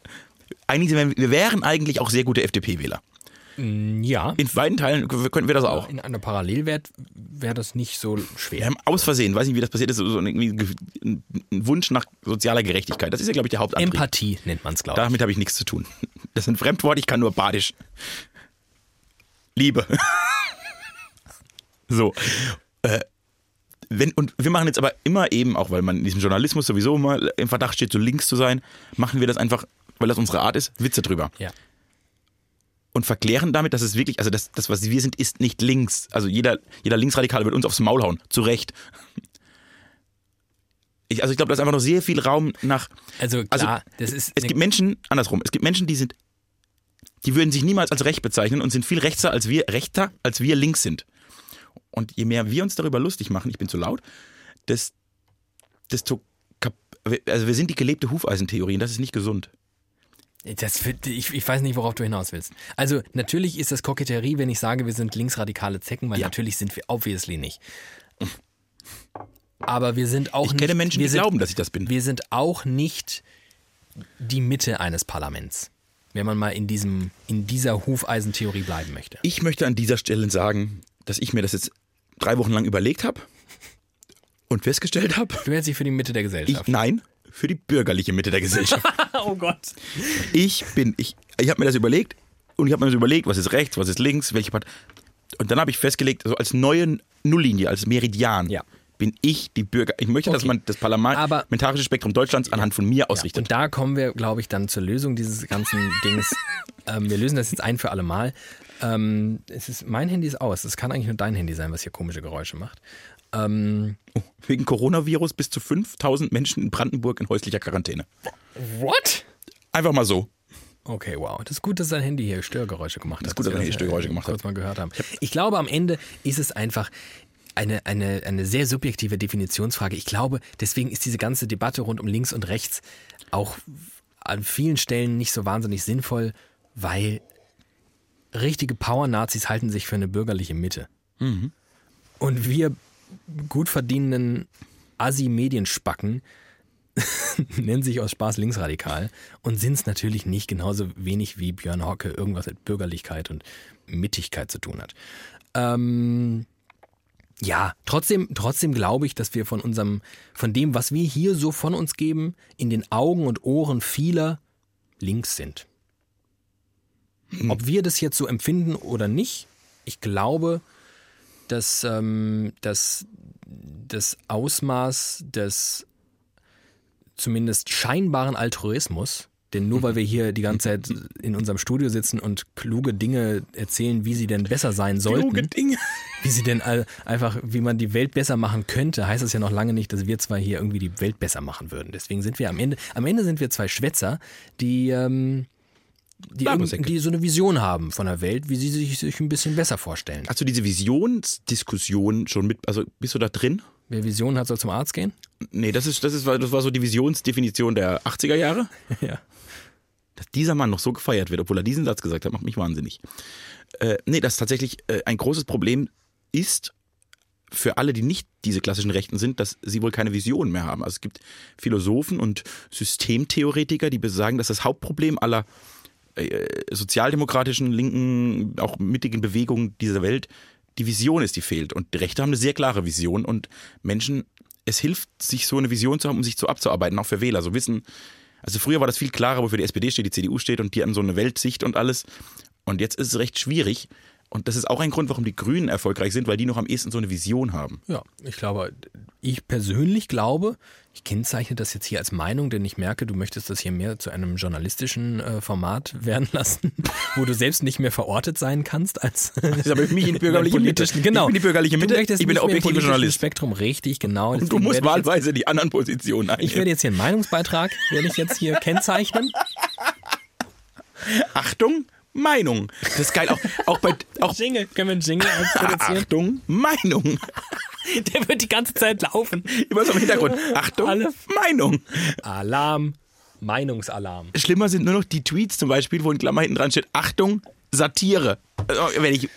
eigentlich sind wir, wir wären eigentlich auch sehr gute FDP-Wähler.
Ja.
In beiden Teilen könnten wir das auch.
In einer Parallelwert wäre das nicht so schwer.
Wir haben aus Versehen, weiß nicht, wie das passiert ist, so ein, irgendwie ge- ein ein Wunsch nach sozialer Gerechtigkeit. Das ist ja, glaube ich, der Hauptantrieb.
Empathie nennt man es, glaube ich.
Damit habe ich nichts zu tun. Das ist ein Fremdwort, ich kann nur badisch. Liebe. so. Äh, wenn, und wir machen jetzt aber immer eben, auch weil man in diesem Journalismus sowieso immer im Verdacht steht, so links zu sein, machen wir das einfach, weil das unsere Art ist, Witze drüber.
Ja.
Und verklären damit, dass es wirklich, also das, das was wir sind, ist nicht links. Also jeder, jeder Linksradikale wird uns aufs Maul hauen. Zu Recht. Ich, also ich glaube, da ist einfach noch sehr viel Raum nach
Also klar, das ist
es
eine-
gibt Menschen, andersrum, es gibt Menschen, die sind, die würden sich niemals als recht bezeichnen und sind viel rechter als wir, rechter als wir links sind. Und je mehr wir uns darüber lustig machen, ich bin zu laut, des- desto, kap- also wir sind die gelebte Hufeisentheorie und das ist nicht gesund.
das wird, ich, ich weiß nicht, worauf du hinaus willst. Also natürlich ist das Koketterie, wenn ich sage, wir sind linksradikale Zecken, weil
Ja.
natürlich sind wir obviously nicht. Aber wir sind auch
Ich
nicht,
kenne Menschen,
wir
die
sind,
glauben, dass ich das bin.
wir sind auch nicht die Mitte eines Parlaments, wenn man mal in diesem in dieser Hufeisentheorie bleiben möchte.
Ich möchte an dieser Stelle sagen, dass ich mir das jetzt drei Wochen lang überlegt habe und festgestellt habe,
Du hältst dich für die Mitte der
ich,
Gesellschaft.
nein, für die bürgerliche Mitte der Gesellschaft.
oh Gott.
ich bin, ich, ich habe mir das überlegt und ich habe mir das überlegt, was ist rechts, was ist links, welche Partei. Und dann habe ich festgelegt, also als neue Nulllinie, als Meridian,
Ja.
bin ich die Bürger. Ich möchte, dass
Okay.
man das Parlament-
Aber-
parlamentarische Spektrum Deutschlands anhand von mir ausrichtet.
Und da kommen wir, glaube ich, dann zur Lösung dieses ganzen Dings. Ähm, wir lösen das jetzt ein für alle Mal. Ähm, es ist, mein Handy ist aus. Es kann eigentlich nur dein Handy sein, was hier komische Geräusche macht. Ähm,
Wegen Coronavirus bis zu 5000 Menschen in Brandenburg in häuslicher Quarantäne.
what?
Einfach mal so.
Okay, wow. Das ist gut, dass dein Handy hier Störgeräusche gemacht hat.
ist gut, dass
wir
dein Handy
das, äh,
Störgeräusche gemacht
kurz mal gehört haben. Ich glaube, am Ende ist es einfach eine, eine, eine sehr subjektive Definitionsfrage. Ich glaube, deswegen ist diese ganze Debatte rund um links und rechts auch an vielen Stellen nicht so wahnsinnig sinnvoll, weil richtige Power-Nazis halten sich für eine bürgerliche Mitte.
Mhm.
Und wir gut verdienenden Assi-Medienspacken nennen sich aus Spaß linksradikal und sind es natürlich nicht genauso wenig wie Björn Hocke irgendwas mit Bürgerlichkeit und Mittigkeit zu tun hat. Ähm, ja, trotzdem, trotzdem glaube ich, dass wir von unserem, von dem, was wir hier so von uns geben, in den Augen und Ohren vieler links sind. Ob wir das jetzt so empfinden oder nicht, ich glaube, dass, ähm, dass das Ausmaß des zumindest scheinbaren Altruismus, denn nur weil wir hier die ganze Zeit in unserem Studio sitzen und kluge Dinge erzählen, wie sie denn besser sein sollten,
Kluge Dinge.
wie sie denn all, einfach, wie man die Welt besser machen könnte, heißt das ja noch lange nicht, dass wir zwei hier irgendwie die Welt besser machen würden. Deswegen sind wir am Ende, am Ende sind wir zwei Schwätzer, die, ähm, die,
Labersäcke.
irgend- die so eine Vision haben von der Welt, wie sie sich, sich ein bisschen besser vorstellen.
Hast du diese Visionsdiskussion schon mit, also bist du da drin?
Wer Vision hat, soll zum Arzt gehen?
Nee, das ist, das ist, das war so die Visionsdefinition der 80er Jahre.
Ja.
Dass dieser Mann noch so gefeiert wird, obwohl er diesen Satz gesagt hat, macht mich wahnsinnig. Äh, nee, das tatsächlich äh, ein großes Problem ist für alle, die nicht diese klassischen Rechten sind, dass sie wohl keine Vision mehr haben. Also es gibt Philosophen und Systemtheoretiker, die besagen, dass das Hauptproblem aller äh, sozialdemokratischen, linken, auch mittigen Bewegungen dieser Welt die Vision ist, die fehlt. Und die Rechte haben eine sehr klare Vision und Menschen, es hilft, sich so eine Vision zu haben, um sich so abzuarbeiten, auch für Wähler. So wissen, also früher war das viel klarer, wofür die SPD steht, die CDU steht und die hatten so eine Weltsicht und alles. Und jetzt ist es recht schwierig. Und das ist auch ein Grund, warum die Grünen erfolgreich sind, weil die noch am ehesten so eine Vision haben.
Ja, ich glaube, ich persönlich glaube, ich kennzeichne das jetzt hier als Meinung, denn ich merke, du möchtest das hier mehr zu einem journalistischen äh, Format werden lassen, wo du selbst nicht mehr verortet sein kannst als
Das ist aber für mich in die bürgerliche Mitte.
politischen- Genau.
Ich bin die bürgerliche
Du
Mitte.
möchtest
Ich bin
nicht
der
mehr im
objektive
politischen
Journalist.
Spektrum, richtig, genau.
Und du
Deswegen
musst
werde ich jetzt-
wahlweise die anderen Positionen
Ich werde
einnehmen.
jetzt hier einen Meinungsbeitrag, werde ich jetzt hier kennzeichnen.
Achtung, Meinung. Das ist geil. Auch, auch bei, auch
Jingle, können wir einen Jingle produzieren?
Achtung, Meinung.
Der wird die ganze Zeit laufen.
Immer so im Hintergrund. Achtung,
Alle.
Meinung.
Alarm, Meinungsalarm.
Schlimmer sind nur noch die Tweets zum Beispiel, wo in Klammer hinten dran steht, Achtung, Satire. Also, wenn, ich,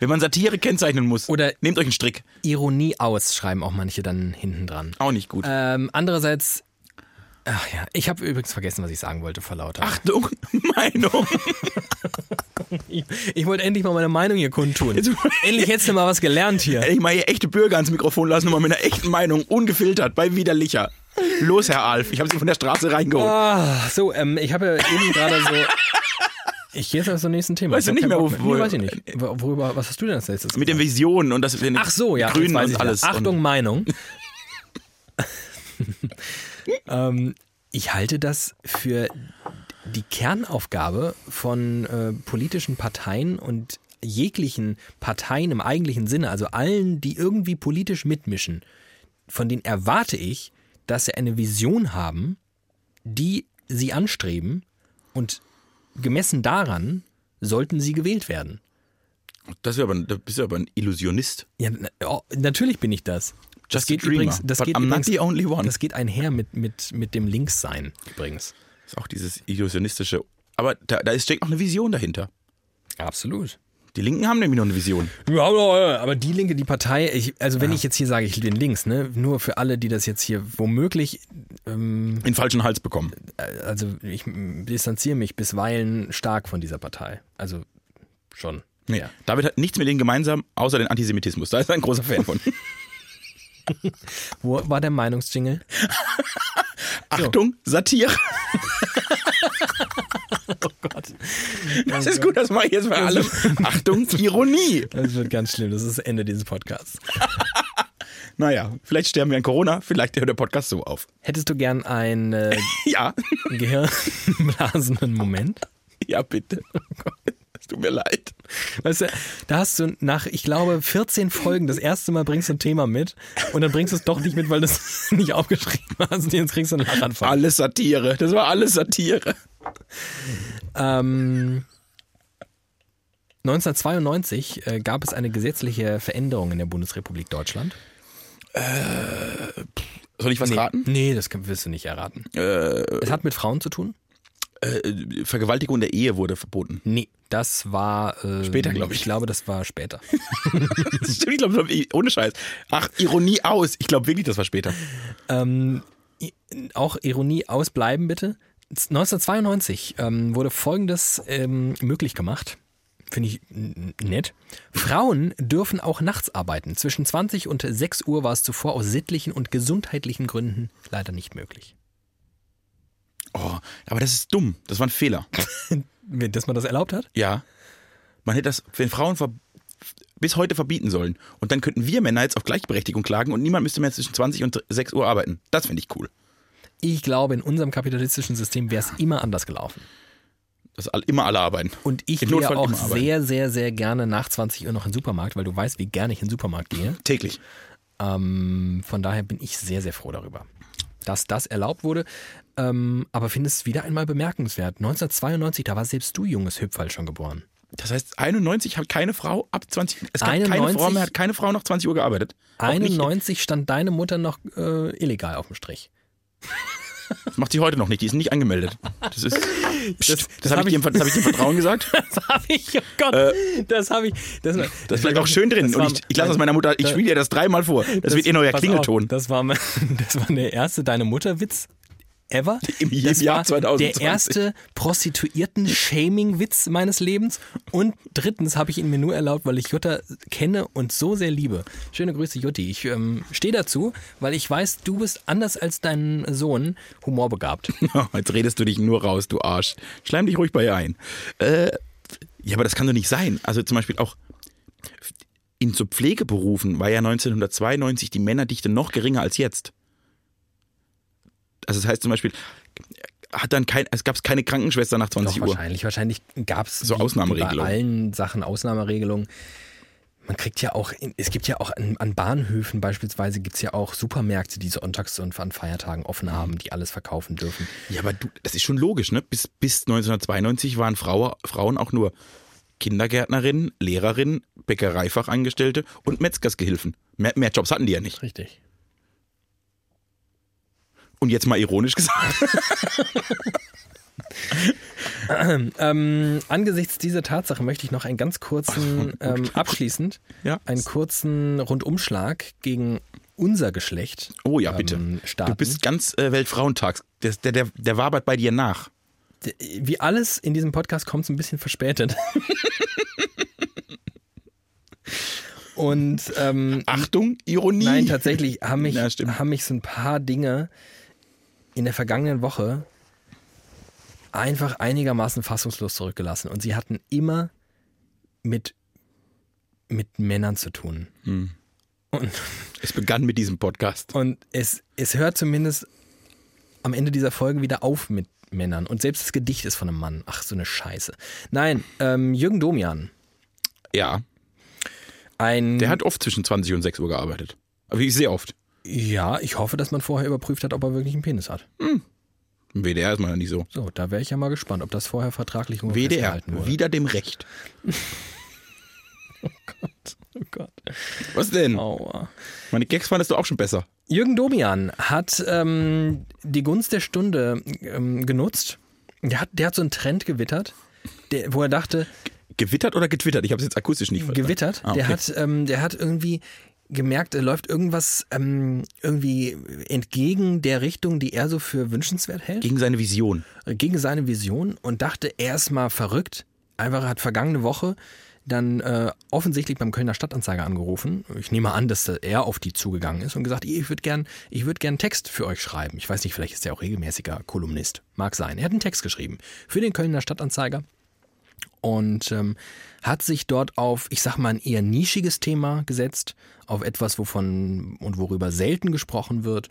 wenn man Satire kennzeichnen muss,
Oder-
nehmt euch einen Strick.
Ironie aus, schreiben auch manche dann hinten dran.
Auch nicht gut.
Ähm, andererseits, ach ja, ich habe übrigens vergessen, was ich sagen wollte vor lauter.
Achtung, Meinung.
ich, ich wollte endlich mal meine Meinung hier kundtun.
Jetzt-
endlich hättest du mal was gelernt hier.
Ey, mal hier echte Bürger ans Mikrofon lassen und mal mit einer echten Meinung, ungefiltert, bei Widerlicher. Los, Herr Alf, ich habe Sie von der Straße reingeholt.
Ah, so, ähm, ich habe ja eben gerade so. Ich gehe jetzt mal zum nächsten Thema.
Weißt
Ich
du
hab keinen
nicht mehr,
Bock
wo-
Nee, weiß ich nicht. Wo- Worüber, was hast du denn als letztes?
Mit den Visionen und das den
Oh. Ach so, ja.
Grünen
jetzt weiß
und
ich
alles.
wieder. Achtung,
Und
Meinung. ähm, ich halte das für die Kernaufgabe von äh, politischen Parteien und jeglichen Parteien im eigentlichen Sinne, also allen, die irgendwie politisch mitmischen, von denen erwarte ich, dass sie eine Vision haben, die sie anstreben und gemessen daran sollten sie gewählt werden.
das ist aber, ein- da bist du aber ein Illusionist.
Ja, na, oh, natürlich bin ich das. das
Just a dreamer,
das
but
geht
I'm not
übrigens,
the only one.
Das geht einher mit, mit, mit dem Linkssein übrigens.
Ist auch dieses illusionistische. Aber da, da ist- steckt noch eine Vision dahinter.
Absolut.
Die Linken haben nämlich noch eine Vision.
Ja, aber aber die Linke, die Partei, ich, also wenn ich jetzt hier sage, ich bin links, ne, nur für alle, die das jetzt hier womöglich,
In den falschen Hals bekommen.
äh, also ich mm, distanziere mich bisweilen stark von dieser Partei. Also schon.
Nee,
Ja.
David hat nichts mit denen gemeinsam, außer den Antisemitismus. Da ist er ein großer Fan von.
Wo war der Meinungsjingle?
Achtung, Satire.
Oh
Das ist gut, das mache ich jetzt bei allem. Achtung, Ironie.
Das wird ganz schlimm, das ist das Ende dieses Podcasts.
Naja, vielleicht sterben wir an Corona, vielleicht hört der Podcast so auf.
Hättest du gern einen äh,
Ja,
gehirnblasenden Moment?
ja, bitte. Es tut mir leid.
Weißt du, da hast du nach, ich glaube, 14 Folgen das erste Mal bringst du ein Thema mit und dann bringst du es doch nicht mit, weil du es nicht aufgeschrieben hast. Und jetzt kriegst du einen Lachanfall.
Alles Satire. Das war alles Satire.
Ähm, 1992 äh, gab es eine gesetzliche Veränderung in der Bundesrepublik Deutschland.
Soll ich was raten?
Nee, das kann- wirst du nicht erraten. es hat mit Frauen zu tun?
Äh, Vergewaltigung in der Ehe wurde verboten.
Nee. Das war. äh,
Später, glaub ich.
Ich glaube, das war später.
Das stimmt, ich glaube, ohne Scheiß. Ach, Ironie aus. Ich glaube wirklich, das war später.
Ähm, i- auch Ironie ausbleiben, bitte. 1992 ähm, wurde Folgendes ähm, möglich gemacht. Finde ich n- nett. Frauen dürfen auch nachts arbeiten. Zwischen 20 und 6 Uhr war es zuvor aus sittlichen und gesundheitlichen Gründen leider nicht möglich.
Oh, aber das ist dumm. Das war ein Fehler.
Dass man das erlaubt hat?
Ja. Man hätte das den Frauen ver bis heute verbieten sollen. Und dann könnten wir Männer jetzt auf Gleichberechtigung klagen und niemand müsste mehr zwischen 20 und 6 Uhr arbeiten. Das finde ich cool.
Ich glaube, in unserem kapitalistischen System wäre es immer anders gelaufen.
Dass all, immer alle arbeiten.
Und ich
Im
gehe
Notfall
auch
immer arbeiten.
sehr, sehr, sehr gerne nach 20 Uhr noch in den Supermarkt, weil du weißt, wie gerne ich in den Supermarkt gehe.
Täglich.
Ähm, von daher bin ich sehr, sehr froh darüber, dass das erlaubt wurde. Ähm, aber finde es wieder einmal bemerkenswert. 1992, da war selbst du junges Hüpferl schon geboren.
Das heißt, 91 hat keine Frau ab 20 Es gab keine
91
Frau mehr, hat keine Frau nach 20 Uhr gearbeitet. Auch nicht-
91 stand deine Mutter noch äh, illegal auf dem Strich.
Das macht sie heute noch nicht. Die ist nicht angemeldet. Das ist. Psst, das
das
habe
hab
ich, dir im Ver- das hab ich dir im Vertrauen gesagt.
Das habe ich, oh Gott, das habe ich. Das, war-
Äh, Das bleibt auch schön drin.
das war-
Und ich, ich lasse das meiner Mutter, ich spiele dir das dreimal vor. Das, wird ihr neuer
pass
Klingelton.
Auf, das, war, mein- das war der erste Deine Mutter-Witz ever.
Im
das
Jahr
war
2020.
Der erste Prostituierten-Shaming-Witz meines Lebens. Und drittens habe ich ihn mir nur erlaubt, weil ich Jutta kenne und so sehr liebe. Schöne Grüße, Jutti. Ich ähm, stehe dazu, weil ich weiß, du bist anders als dein Sohn humorbegabt.
Oh, Jetzt redest du dich nur raus, du Arsch. Schleim dich ruhig bei ihr ein. Äh, ja, aber das kann doch nicht sein. Also zum Beispiel auch in so Pflegeberufen war ja 1992 die Männerdichte noch geringer als jetzt. Also das heißt zum Beispiel, hat dann kein, es gab keine Krankenschwester nach 20 Uhr.
wahrscheinlich. Wahrscheinlich gab es
So Ausnahmeregelungen.
bei allen Sachen Ausnahmeregelungen. Man kriegt ja auch, in- es gibt ja auch an, an Bahnhöfen beispielsweise gibt es ja auch Supermärkte, die sonntags und an Feiertagen offen
Mhm.
haben, die alles verkaufen dürfen.
Ja, aber du, das ist schon logisch, ne? Bis, bis 1992 waren Frau, Frauen auch nur Kindergärtnerinnen, Lehrerinnen, Bäckereifachangestellte und Metzgersgehilfen. Mehr, mehr Jobs hatten die ja nicht.
Richtig.
Und jetzt mal ironisch gesagt.
Ähm, angesichts dieser Tatsache möchte ich noch einen ganz kurzen, ähm, abschließend,
Ja.
einen kurzen Rundumschlag gegen unser Geschlecht.
Oh ja, bitte.
Ähm, starten.
Du bist ganz äh, Weltfrauentags. Der, der, der, der wabert bei dir nach.
Wie alles in diesem Podcast kommt es ein bisschen verspätet. Und ähm,
Achtung, Ironie.
Nein, tatsächlich haben mich,
Ja, stimmt.
haben mich so ein paar Dinge in der vergangenen Woche einfach einigermaßen fassungslos zurückgelassen. Und sie hatten immer mit, mit Männern zu tun. Und,
Es begann mit diesem Podcast.
und es, es hört zumindest am Ende dieser Folge wieder auf mit Männern. Und selbst das Gedicht ist von einem Mann. Ach, so eine Scheiße. Nein, ähm, Jürgen Domian.
Ja.
Ein,
Der hat oft zwischen 20 und 6 Uhr gearbeitet. Aber ich sehe oft.
ja, ich hoffe, dass man vorher überprüft hat, ob er wirklich einen Penis hat.
Im WDR ist man ja nicht so.
So, da wäre ich ja mal gespannt, ob das vorher vertraglich irgendwo
WDR,
festgehalten wurde.
wieder dem Recht.
Oh Gott.
Was denn?
Aua.
Meine Gags fandest du auch schon besser.
Jürgen Domian hat ähm, die Gunst der Stunde ähm, genutzt. Der hat, der hat so einen Trend gewittert, der, wo er dachte,
Gewittert oder getwittert? Ich habe es jetzt akustisch nicht verstanden.
gewittert,
Ah,
der,
okay.
hat, ähm, der hat irgendwie gemerkt, er läuft irgendwas ähm, irgendwie entgegen der Richtung, die er so für wünschenswert hält. äh,
Gegen seine Vision.
gegen seine Vision und dachte, er ist mal verrückt. Einfach er hat vergangene Woche dann äh, offensichtlich beim Kölner Stadtanzeiger angerufen. Ich nehme an, dass er auf die zugegangen ist und gesagt, ich würde gern, ich würde gern einen Text für euch schreiben. Ich weiß nicht, vielleicht ist er auch regelmäßiger Kolumnist. Mag sein. Er hat einen Text geschrieben für den Kölner Stadtanzeiger und ähm, hat sich dort auf, ich sag mal, ein eher nischiges Thema gesetzt, auf etwas, wovon und worüber selten gesprochen wird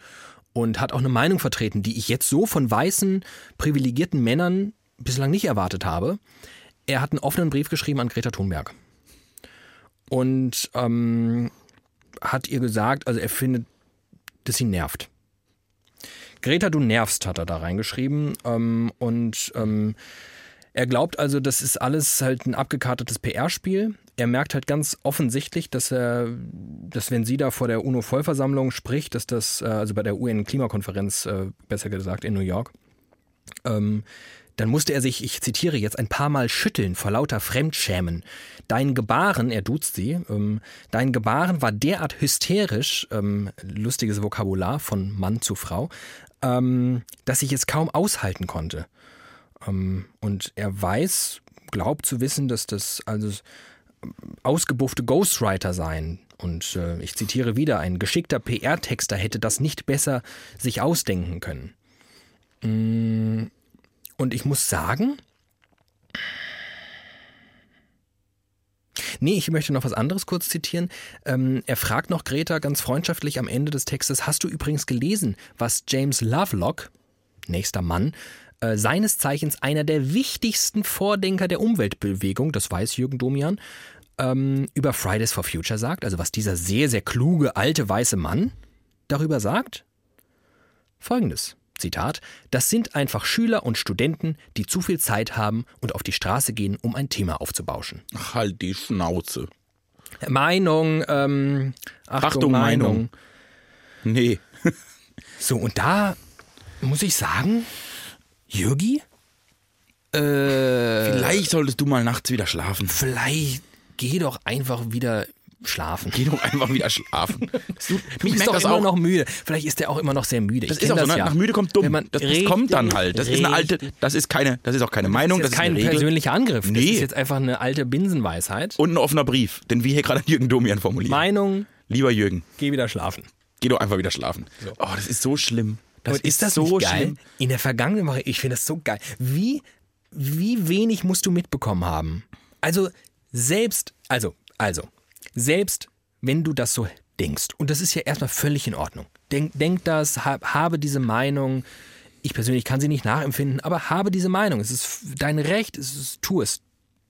und hat auch eine Meinung vertreten, die ich jetzt so von weißen, privilegierten Männern bislang nicht erwartet habe. er hat einen offenen Brief geschrieben an Greta Thunberg. Und ähm, hat ihr gesagt, also er findet, dass sie nervt. Greta, du nervst, hat er da reingeschrieben. Ähm, und ähm, er glaubt also, das ist alles halt ein abgekartetes PR-Spiel. Er merkt halt ganz offensichtlich, dass er, dass wenn sie da vor der UNO-Vollversammlung spricht, dass das, äh, also bei der UN-Klimakonferenz, äh, besser gesagt in New York, ähm, dann musste er sich, ich zitiere jetzt, ein paar Mal schütteln vor lauter Fremdschämen. Dein Gebaren, er duzt sie, ähm, dein Gebaren war derart hysterisch, ähm, lustiges Vokabular von Mann zu Frau, ähm, dass ich es kaum aushalten konnte. Ähm, und er weiß, glaubt zu wissen, dass das also ähm, ausgebuffte Ghostwriter seien. Und äh, ich zitiere wieder, ein geschickter PR-Texter hätte das nicht besser sich ausdenken können. Mm, Und ich muss sagen. Nee, ich möchte noch was anderes kurz zitieren. Ähm, er fragt noch Greta ganz freundschaftlich am Ende des Textes: Hast du übrigens gelesen, was James Lovelock, nächster Mann, äh, seines Zeichens einer der wichtigsten Vordenker der Umweltbewegung, das weiß Jürgen Domian, ähm, über Fridays for Future sagt? Also, was dieser sehr, sehr kluge, alte, weiße Mann darüber sagt? Folgendes. Zitat, das sind einfach Schüler und Studenten, die zu viel Zeit haben und auf die Straße gehen, um ein Thema aufzubauschen.
Ach, halt die Schnauze.
Meinung, ähm, Achtung,
Achtung,
Meinung.
Meinung. Nee.
So, und da muss ich sagen, Jürgi, äh,
Vielleicht solltest du mal nachts wieder schlafen.
vielleicht geh doch einfach wieder schlafen.
Geh doch einfach wieder schlafen. Das tut-
Du
Mich
bist
merkt
doch
das
immer
auch.
noch müde. Vielleicht ist er auch immer noch sehr müde.
das
Ich
ist
kenn
auch so, ne?
ja.
nach müde kommt dumm.
Wenn man
das, das
richtig-
kommt dann halt. Das ist eine alte,
richtig-
das ist keine, das ist auch keine Meinung,
Das
das
ist
ist
kein
eine Regel.
persönlicher Angriff. Das
Nee. Oh.
ist jetzt einfach eine alte Binsenweisheit.
Und ein offener Brief, den wir hier gerade an Jürgen Domian formulieren.
Meinung,
Lieber Jürgen,
geh wieder schlafen.
geh doch einfach wieder schlafen. Oh, das ist so schlimm. Das
Das ist das
so
nicht geil?
schlimm.
In der vergangenen Woche, ich finde das so geil. Wie, wie wenig musst du mitbekommen haben? Also selbst, also, also, selbst wenn du das so denkst, und das ist ja erstmal völlig in Ordnung. Denk, denk das, hab, habe diese Meinung. Ich persönlich kann sie nicht nachempfinden, aber habe diese Meinung. Es ist f- dein Recht, es ist, tu es,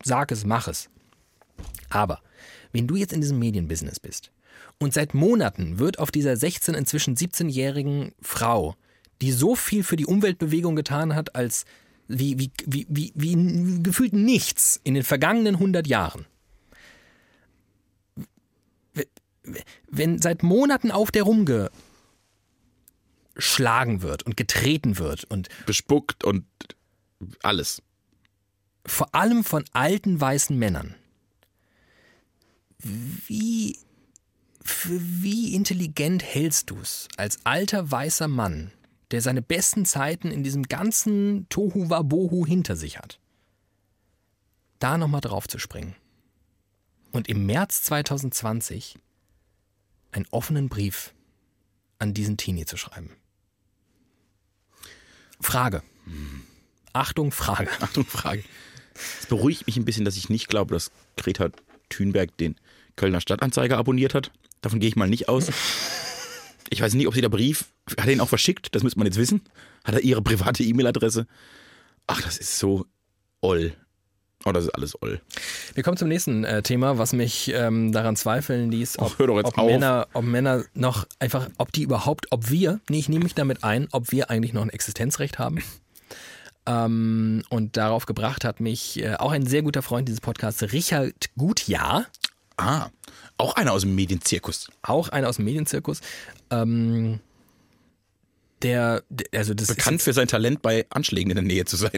sag es, mach es. Aber wenn du jetzt in diesem Medienbusiness bist und seit Monaten wird auf dieser 16, inzwischen 17-jährigen Frau, die so viel für die Umweltbewegung getan hat, als wie, wie, wie, wie, wie gefühlt nichts in den vergangenen 100 Jahren. W- w- Wenn seit Monaten auf der rumgeschlagen wird und getreten wird und
Bespuckt und alles.
vor allem von alten weißen Männern. Wie, für wie intelligent hältst du es als alter weißer Mann, der seine besten Zeiten in diesem ganzen Tohuwabohu hinter sich hat, da nochmal drauf zu springen und im März 2020 einen offenen Brief an diesen Teenie zu schreiben? Frage. Achtung, Frage.
Achtung, Frage. Es beruhigt mich ein bisschen, dass ich nicht glaube, dass Greta Thunberg den Kölner Stadtanzeiger abonniert hat. Davon gehe ich mal nicht aus. Ich weiß nicht, ob sie der Brief, hat er ihn auch verschickt, das müsste man jetzt wissen. Hat er ihre private E-Mail-Adresse? Ach, das ist so oll. Oh, das ist alles oll.
Wir kommen zum nächsten äh, Thema, was mich ähm, daran zweifeln ließ, ob,
Ach, hör doch jetzt
ob,
auf.
Männer, ob Männer noch einfach, ob die überhaupt, ob wir, nee, ich nehme mich damit ein, ob wir eigentlich noch ein Existenzrecht haben. Ähm, und darauf gebracht hat mich äh, auch ein sehr guter Freund dieses Podcasts, Richard Gutjahr,
Ah, auch einer aus dem Medienzirkus.
auch einer aus dem Medienzirkus. Ähm, der, der- also das
Bekannt
ist
für sein Talent, bei Anschlägen in der Nähe zu sein.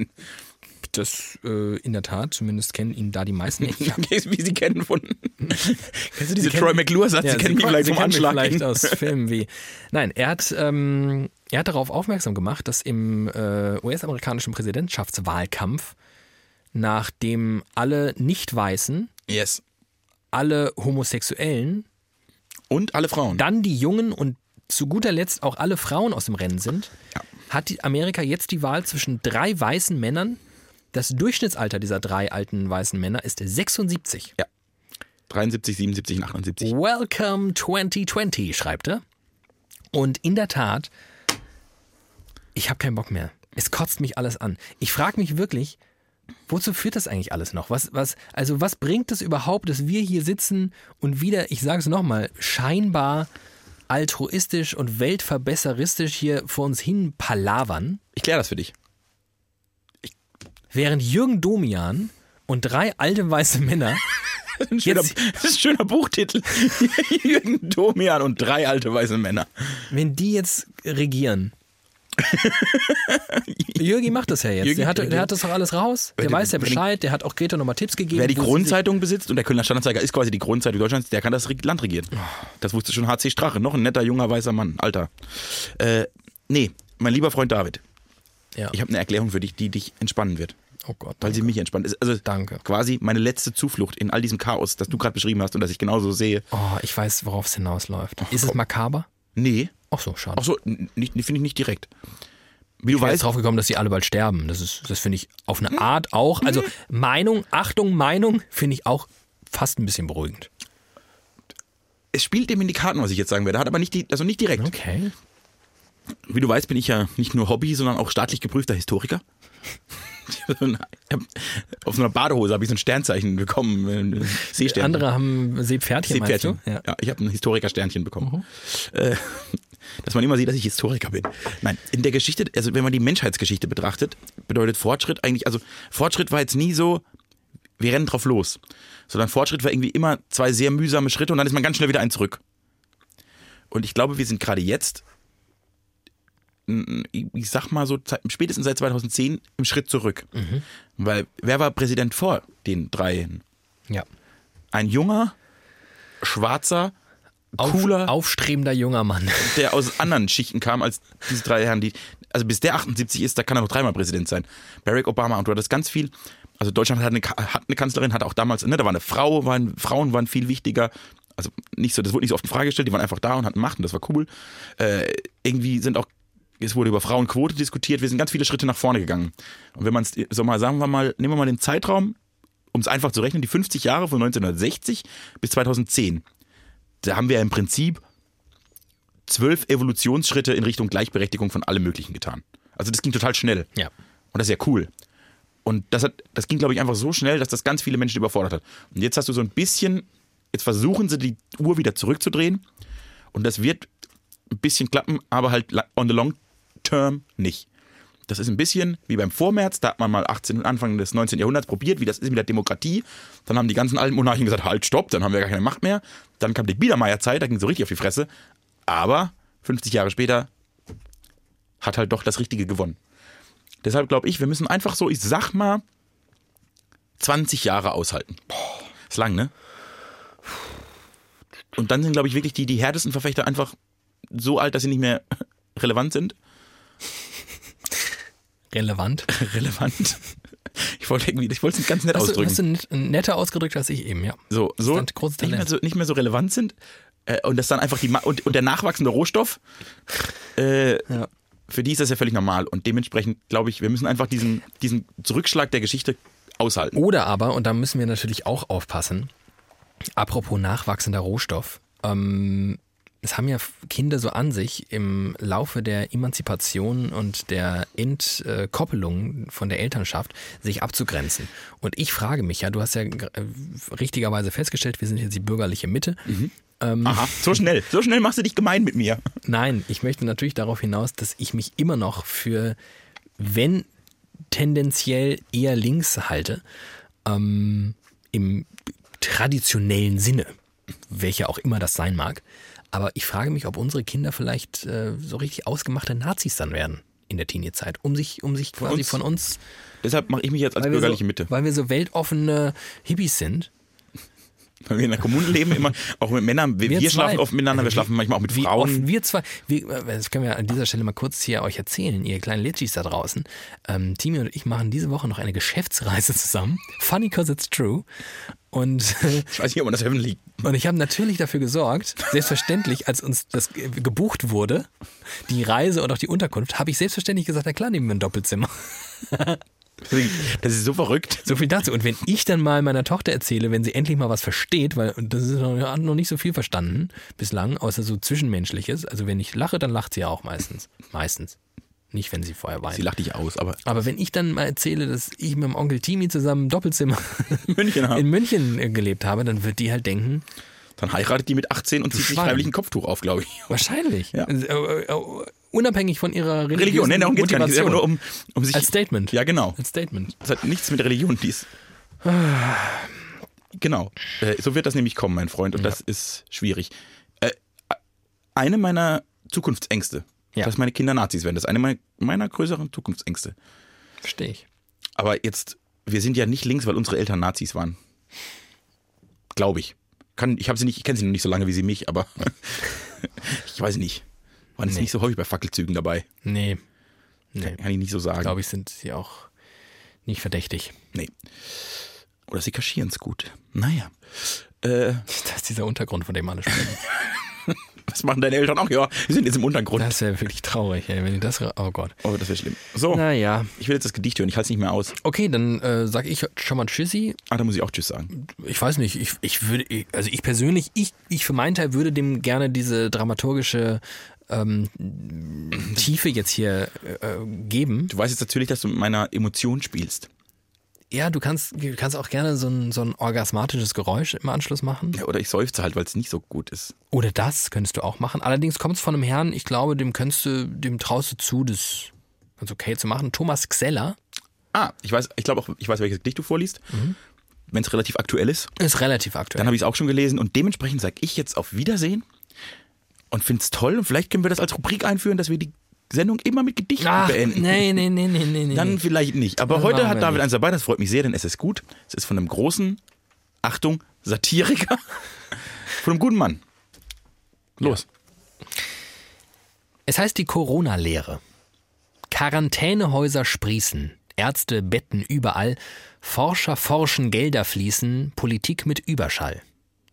jetzt, das äh, in der Tat, zumindest kennen ihn da die meisten. Ich hab-
Wie sie kennen von. Kennst du diese
kennen-
Troy McClure-Satz? sie kennen mich vielleicht
Sie
vom
kennen mich
Anschlag.
vielleicht aus Filmen wie. Nein, er hat, ähm, er hat darauf aufmerksam gemacht, dass im äh, US-amerikanischen Präsidentschaftswahlkampf, nachdem alle Nicht-Weißen,
yes.
alle Homosexuellen,
Und alle Frauen.
dann die Jungen und zu guter Letzt auch alle Frauen aus dem Rennen sind, hat die Amerika jetzt die Wahl zwischen drei weißen Männern. Das Durchschnittsalter dieser drei alten weißen Männer ist 76.
73, 77 und 78.
Welcome 2020, schreibt er. Und in der Tat, ich habe keinen Bock mehr. Es kotzt mich alles an. Ich frage mich wirklich, Wozu führt das eigentlich alles noch? Was, was, also was bringt es überhaupt, dass wir hier sitzen und wieder, ich sage es nochmal, scheinbar altruistisch und weltverbesseristisch hier vor uns hin palavern,
Ich kläre das für dich.
während Jürgen Domian und drei alte weiße Männer
Ein schöner,
Jetzt-
das ist ein schöner Buchtitel. Jürgen Domian und drei alte weiße Männer.
Wenn die jetzt regieren. Jürgi macht das ja jetzt.
Jürgi
der, hat, der
regiert.
hat das doch alles raus. Der
Wenn-
weiß ja
wenn-
Bescheid. Der hat auch Greta nochmal Tipps gegeben.
Wer die
wo sie
Kronzeitung besitzt und der Kölner Standanzeiger ist quasi die Kronzeitung Deutschlands, der kann das Reg- Land regieren. Das wusste schon HC Strache. Noch ein netter, junger, weißer Mann. Alter. Äh, nee, mein lieber Freund David,
sich- Ja.
ich habe eine Erklärung für dich, die dich entspannen wird.
oh Gott.
Weil sie mich entspannt. Ist Also
Danke.
quasi meine letzte Zuflucht in all diesem Chaos, das du gerade beschrieben hast und das ich genauso sehe.
Oh, ich weiß, worauf es hinausläuft. Ist es makaber?
Nee,
Ach so, schade.
Oh. ach so, n- nicht- finde ich nicht direkt. Wie du
ich bin jetzt
weißt,
drauf gekommen, dass sie alle bald sterben. Das, ist, das finde ich auf
Hm.
eine Art auch. Also Meinung, Achtung, Meinung finde ich auch fast ein bisschen beruhigend.
es spielt dem in die Karten, was ich jetzt sagen werde, hat aber nicht, die, also nicht direkt.
Okay.
Wie du weißt, bin ich ja nicht nur Hobby, sondern auch staatlich geprüfter Historiker. Ich hab so ein- ich hab- Auf so einer Badehose habe ich so ein Sternzeichen bekommen. äh, Seesternchen.
Andere haben Seepferdchen,
Seepferdchen.
meinst du?
Ja. ich habe ein Historikersternchen bekommen. Äh, dass man immer sieht, dass ich Historiker bin. Nein, in der Geschichte, also wenn man die Menschheitsgeschichte betrachtet, bedeutet Fortschritt eigentlich, also Fortschritt war jetzt nie so, wir rennen drauf los, sondern Fortschritt war irgendwie immer zwei sehr mühsame Schritte und dann ist man ganz schnell wieder ein zurück. Und ich glaube, wir sind gerade jetzt, mm, ich ich sag mal so, zeit- spätestens seit 2010 im Schritt zurück. Weil wer war Präsident vor den dreien?
Ja.
Ein junger, schwarzer,
Auf,
Cooler-
Aufstrebender junger Mann.
der aus anderen Schichten kam als diese drei Herren, die. Also bis der 78 ist, da kann er noch dreimal Präsident sein. Barack Obama und du hattest ganz viel. Also Deutschland hat eine, Ka- hat eine Kanzlerin, hat auch damals, ne, da war eine Frau, waren, Frauen waren viel wichtiger. Also nicht so, das wurde nicht so oft in Frage gestellt, die waren einfach da und hatten Macht und das war cool. Äh, irgendwie sind auch, es wurde über Frauenquote diskutiert, wir sind ganz viele Schritte nach vorne gegangen. Und wenn man es, so mal, sagen wir mal, nehmen wir mal den Zeitraum, um es einfach zu rechnen, die 50 Jahre von 1960 bis 2010. Da haben wir im Prinzip zwölf Evolutionsschritte in Richtung Gleichberechtigung von allem Möglichen getan. Also das ging total schnell.
Ja.
Und das ist ja cool. Und das, hat, das ging, glaube ich, einfach so schnell, dass das ganz viele Menschen überfordert hat. Und jetzt hast du so ein bisschen, jetzt versuchen sie die Uhr wieder zurückzudrehen. Und das wird ein bisschen klappen, aber halt la- on the long term nicht. Das ist ein bisschen wie beim Vormärz, da hat man mal 18, und Anfang des 19. Jahrhunderts probiert, wie das ist mit der Demokratie. Dann haben die ganzen alten Monarchen gesagt, halt, stopp, dann haben wir gar keine Macht mehr. Dann kam die Biedermeierzeit, da ging so richtig auf die Fresse. Aber 50 Jahre später hat halt doch das Richtige gewonnen. Deshalb glaube ich, wir müssen einfach so, ich sag mal, 20 Jahre aushalten. Ist lang, ne? Und dann sind, glaube ich, wirklich die, die härtesten Verfechter einfach so alt, dass sie nicht mehr relevant sind.
Relevant.
Relevant. Ich wollte irgendwie, ich wollte es ganz nett
Hast du,
ausdrücken.
hast du net- netter ausgedrückt als ich eben, ja.
so, so,
ein großes
nicht, mehr
Talent.
so nicht mehr so relevant sind. Äh, und das dann einfach die Ma und, und der nachwachsende Rohstoff, äh,
Ja.
für die ist das ja völlig normal. Und dementsprechend glaube ich, wir müssen einfach diesen, diesen Rückschlag der Geschichte aushalten.
Oder aber, und da müssen wir natürlich auch aufpassen, apropos nachwachsender Rohstoff, ähm, es haben ja Kinder so an sich im Laufe der Emanzipation und der Entkoppelung von der Elternschaft, sich abzugrenzen. Und ich frage mich ja, du hast ja äh, richtigerweise festgestellt, wir sind jetzt die bürgerliche Mitte. Ähm.
Aha, so schnell. So schnell machst du dich gemein mit mir.
Nein, ich möchte natürlich darauf hinaus, dass ich mich immer noch für, wenn tendenziell eher links halte, ähm, im traditionellen Sinne, welcher auch immer das sein mag. Aber ich frage mich, ob unsere Kinder vielleicht äh, so richtig ausgemachte Nazis dann werden in der Teenie-Zeit, um sich, um sich quasi
uns-
von uns,
Deshalb mache ich mich jetzt als
weil wir,
bürgerliche
so,
Mitte.
weil wir so weltoffene Hippies sind.
Weil wir in der Kommune leben, immer auch mit Männern. Wir, wir,
zwei.
schlafen oft miteinander,
Also
wir schlafen manchmal auch mit
wie
Frauen.
Oft wir zwei, wir, äh, das können wir an dieser Stelle mal kurz hier euch erzählen, ihr kleinen Litschis da draußen. Ähm, Timi und ich machen diese Woche noch eine Geschäftsreise zusammen. Funny cause it's true. Und,
Ich weiß nicht, ob man das öffentlich.
und ich habe natürlich dafür gesorgt, selbstverständlich, als uns das äh, gebucht wurde, die Reise und auch die Unterkunft, habe ich selbstverständlich gesagt, na klar, nehmen wir ein Doppelzimmer.
Das ist so verrückt.
So viel dazu. Und wenn ich dann mal meiner Tochter erzähle, wenn sie endlich mal was versteht, weil und das ist noch, hat noch nicht so viel verstanden bislang, außer so Zwischenmenschliches. Also wenn ich lache, dann lacht sie ja auch meistens. Meistens. Nicht, wenn sie vorher
Sie
weint.
lacht dich aus, aber
Aber wenn ich dann mal erzähle, dass ich mit dem Onkel Timi zusammen ein Doppelzimmer
München haben.
in München äh, gelebt habe, dann wird die halt denken,
Dann heiratet die mit 18 und zieht sich
Schwein.
freiwillig ein Kopftuch auf, glaube ich.
wahrscheinlich.
Ja.
Äh, äh, Unabhängig von ihrer
Religion,
religiösen
ne, darum geht es gar nicht. Es ist
Motivation.
einfach nur um, um sich.
Als Statement.
Ja, genau.
Als Statement.
Das hat nichts mit Religion, die ist. Genau. Äh, so wird das nämlich kommen, mein Freund, und das ist schwierig. Äh, eine meiner Zukunftsängste,
Ja.
dass meine Kinder Nazis werden, das ist eine meiner, meiner größeren Zukunftsängste.
Verstehe ich.
Aber jetzt, wir sind ja nicht links, weil unsere Eltern Nazis waren. Glaube ich. Kann, ich habe sie nicht, ich kenne sie noch nicht so lange wie sie mich, aber ich weiß nicht. Waren es nicht so häufig bei Fackelzügen dabei?
Nee,
Kann, kann ich nicht so sagen.
glaube ich, sind sie auch nicht verdächtig.
Nee. Oder sie kaschieren es gut. Naja. Äh,
Das ist dieser Untergrund, von dem alle sprechen.
was machen deine Eltern auch? Ja, wir sind jetzt im Untergrund.
Das wäre wirklich traurig, ey, wenn die das. ra- Oh Gott.
oh, das wäre schlimm. So,
Naja.
ich will jetzt das Gedicht hören. Ich halte es nicht mehr aus.
Okay, dann äh, sage ich schon mal Tschüssi.
Ah, da muss ich auch Tschüss sagen.
Ich weiß nicht, ich, ich würde, ich, also ich persönlich, ich, ich für meinen Teil würde dem gerne diese dramaturgische ähm, Tiefe jetzt hier äh, geben.
Du weißt jetzt natürlich, dass du mit meiner Emotion spielst.
Ja, du kannst, du kannst auch gerne so ein, so ein orgasmatisches Geräusch im Anschluss machen.
Ja, oder ich seufze halt, weil es nicht so gut ist.
Oder das könntest du auch machen. Allerdings kommt es von einem Herrn, ich glaube, dem könntest du, dem traust du zu, das ganz okay zu machen. Thomas Xeller
Ah, ich weiß, ich glaube auch, ich weiß, welches Gedicht du vorliest.
Mhm.
Wenn es relativ aktuell ist,
ist relativ aktuell.
dann habe ich es auch schon gelesen und dementsprechend sage ich jetzt auf Wiedersehen und finde es toll. Und vielleicht können wir das als Rubrik einführen, dass wir die Sendung immer mit Gedichten
Ach,
beenden.
nee, nee, nee, nee, nee, nee.
Dann vielleicht nicht. Aber
Das
heute
machen
hat
wir
David
nicht.
eins dabei, das freut mich sehr, denn es ist gut. Es ist von einem großen, Achtung, Satiriker, von einem guten Mann. Los.
Es heißt die Corona-Lehre. Quarantänehäuser sprießen, Ärzte betten überall, Forscher forschen, Gelder fließen, Politik mit Überschall.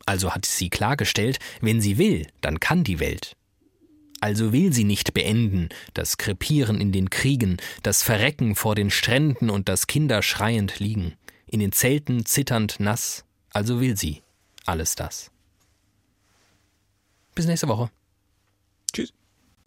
Also hat sie klargestellt, wenn sie will, dann kann die Welt. Also will sie nicht beenden, das Krepieren in den Kriegen, das Verrecken vor den Stränden und das Kinder schreiend liegen, in den Zelten zitternd nass, also will sie alles das. Bis nächste Woche.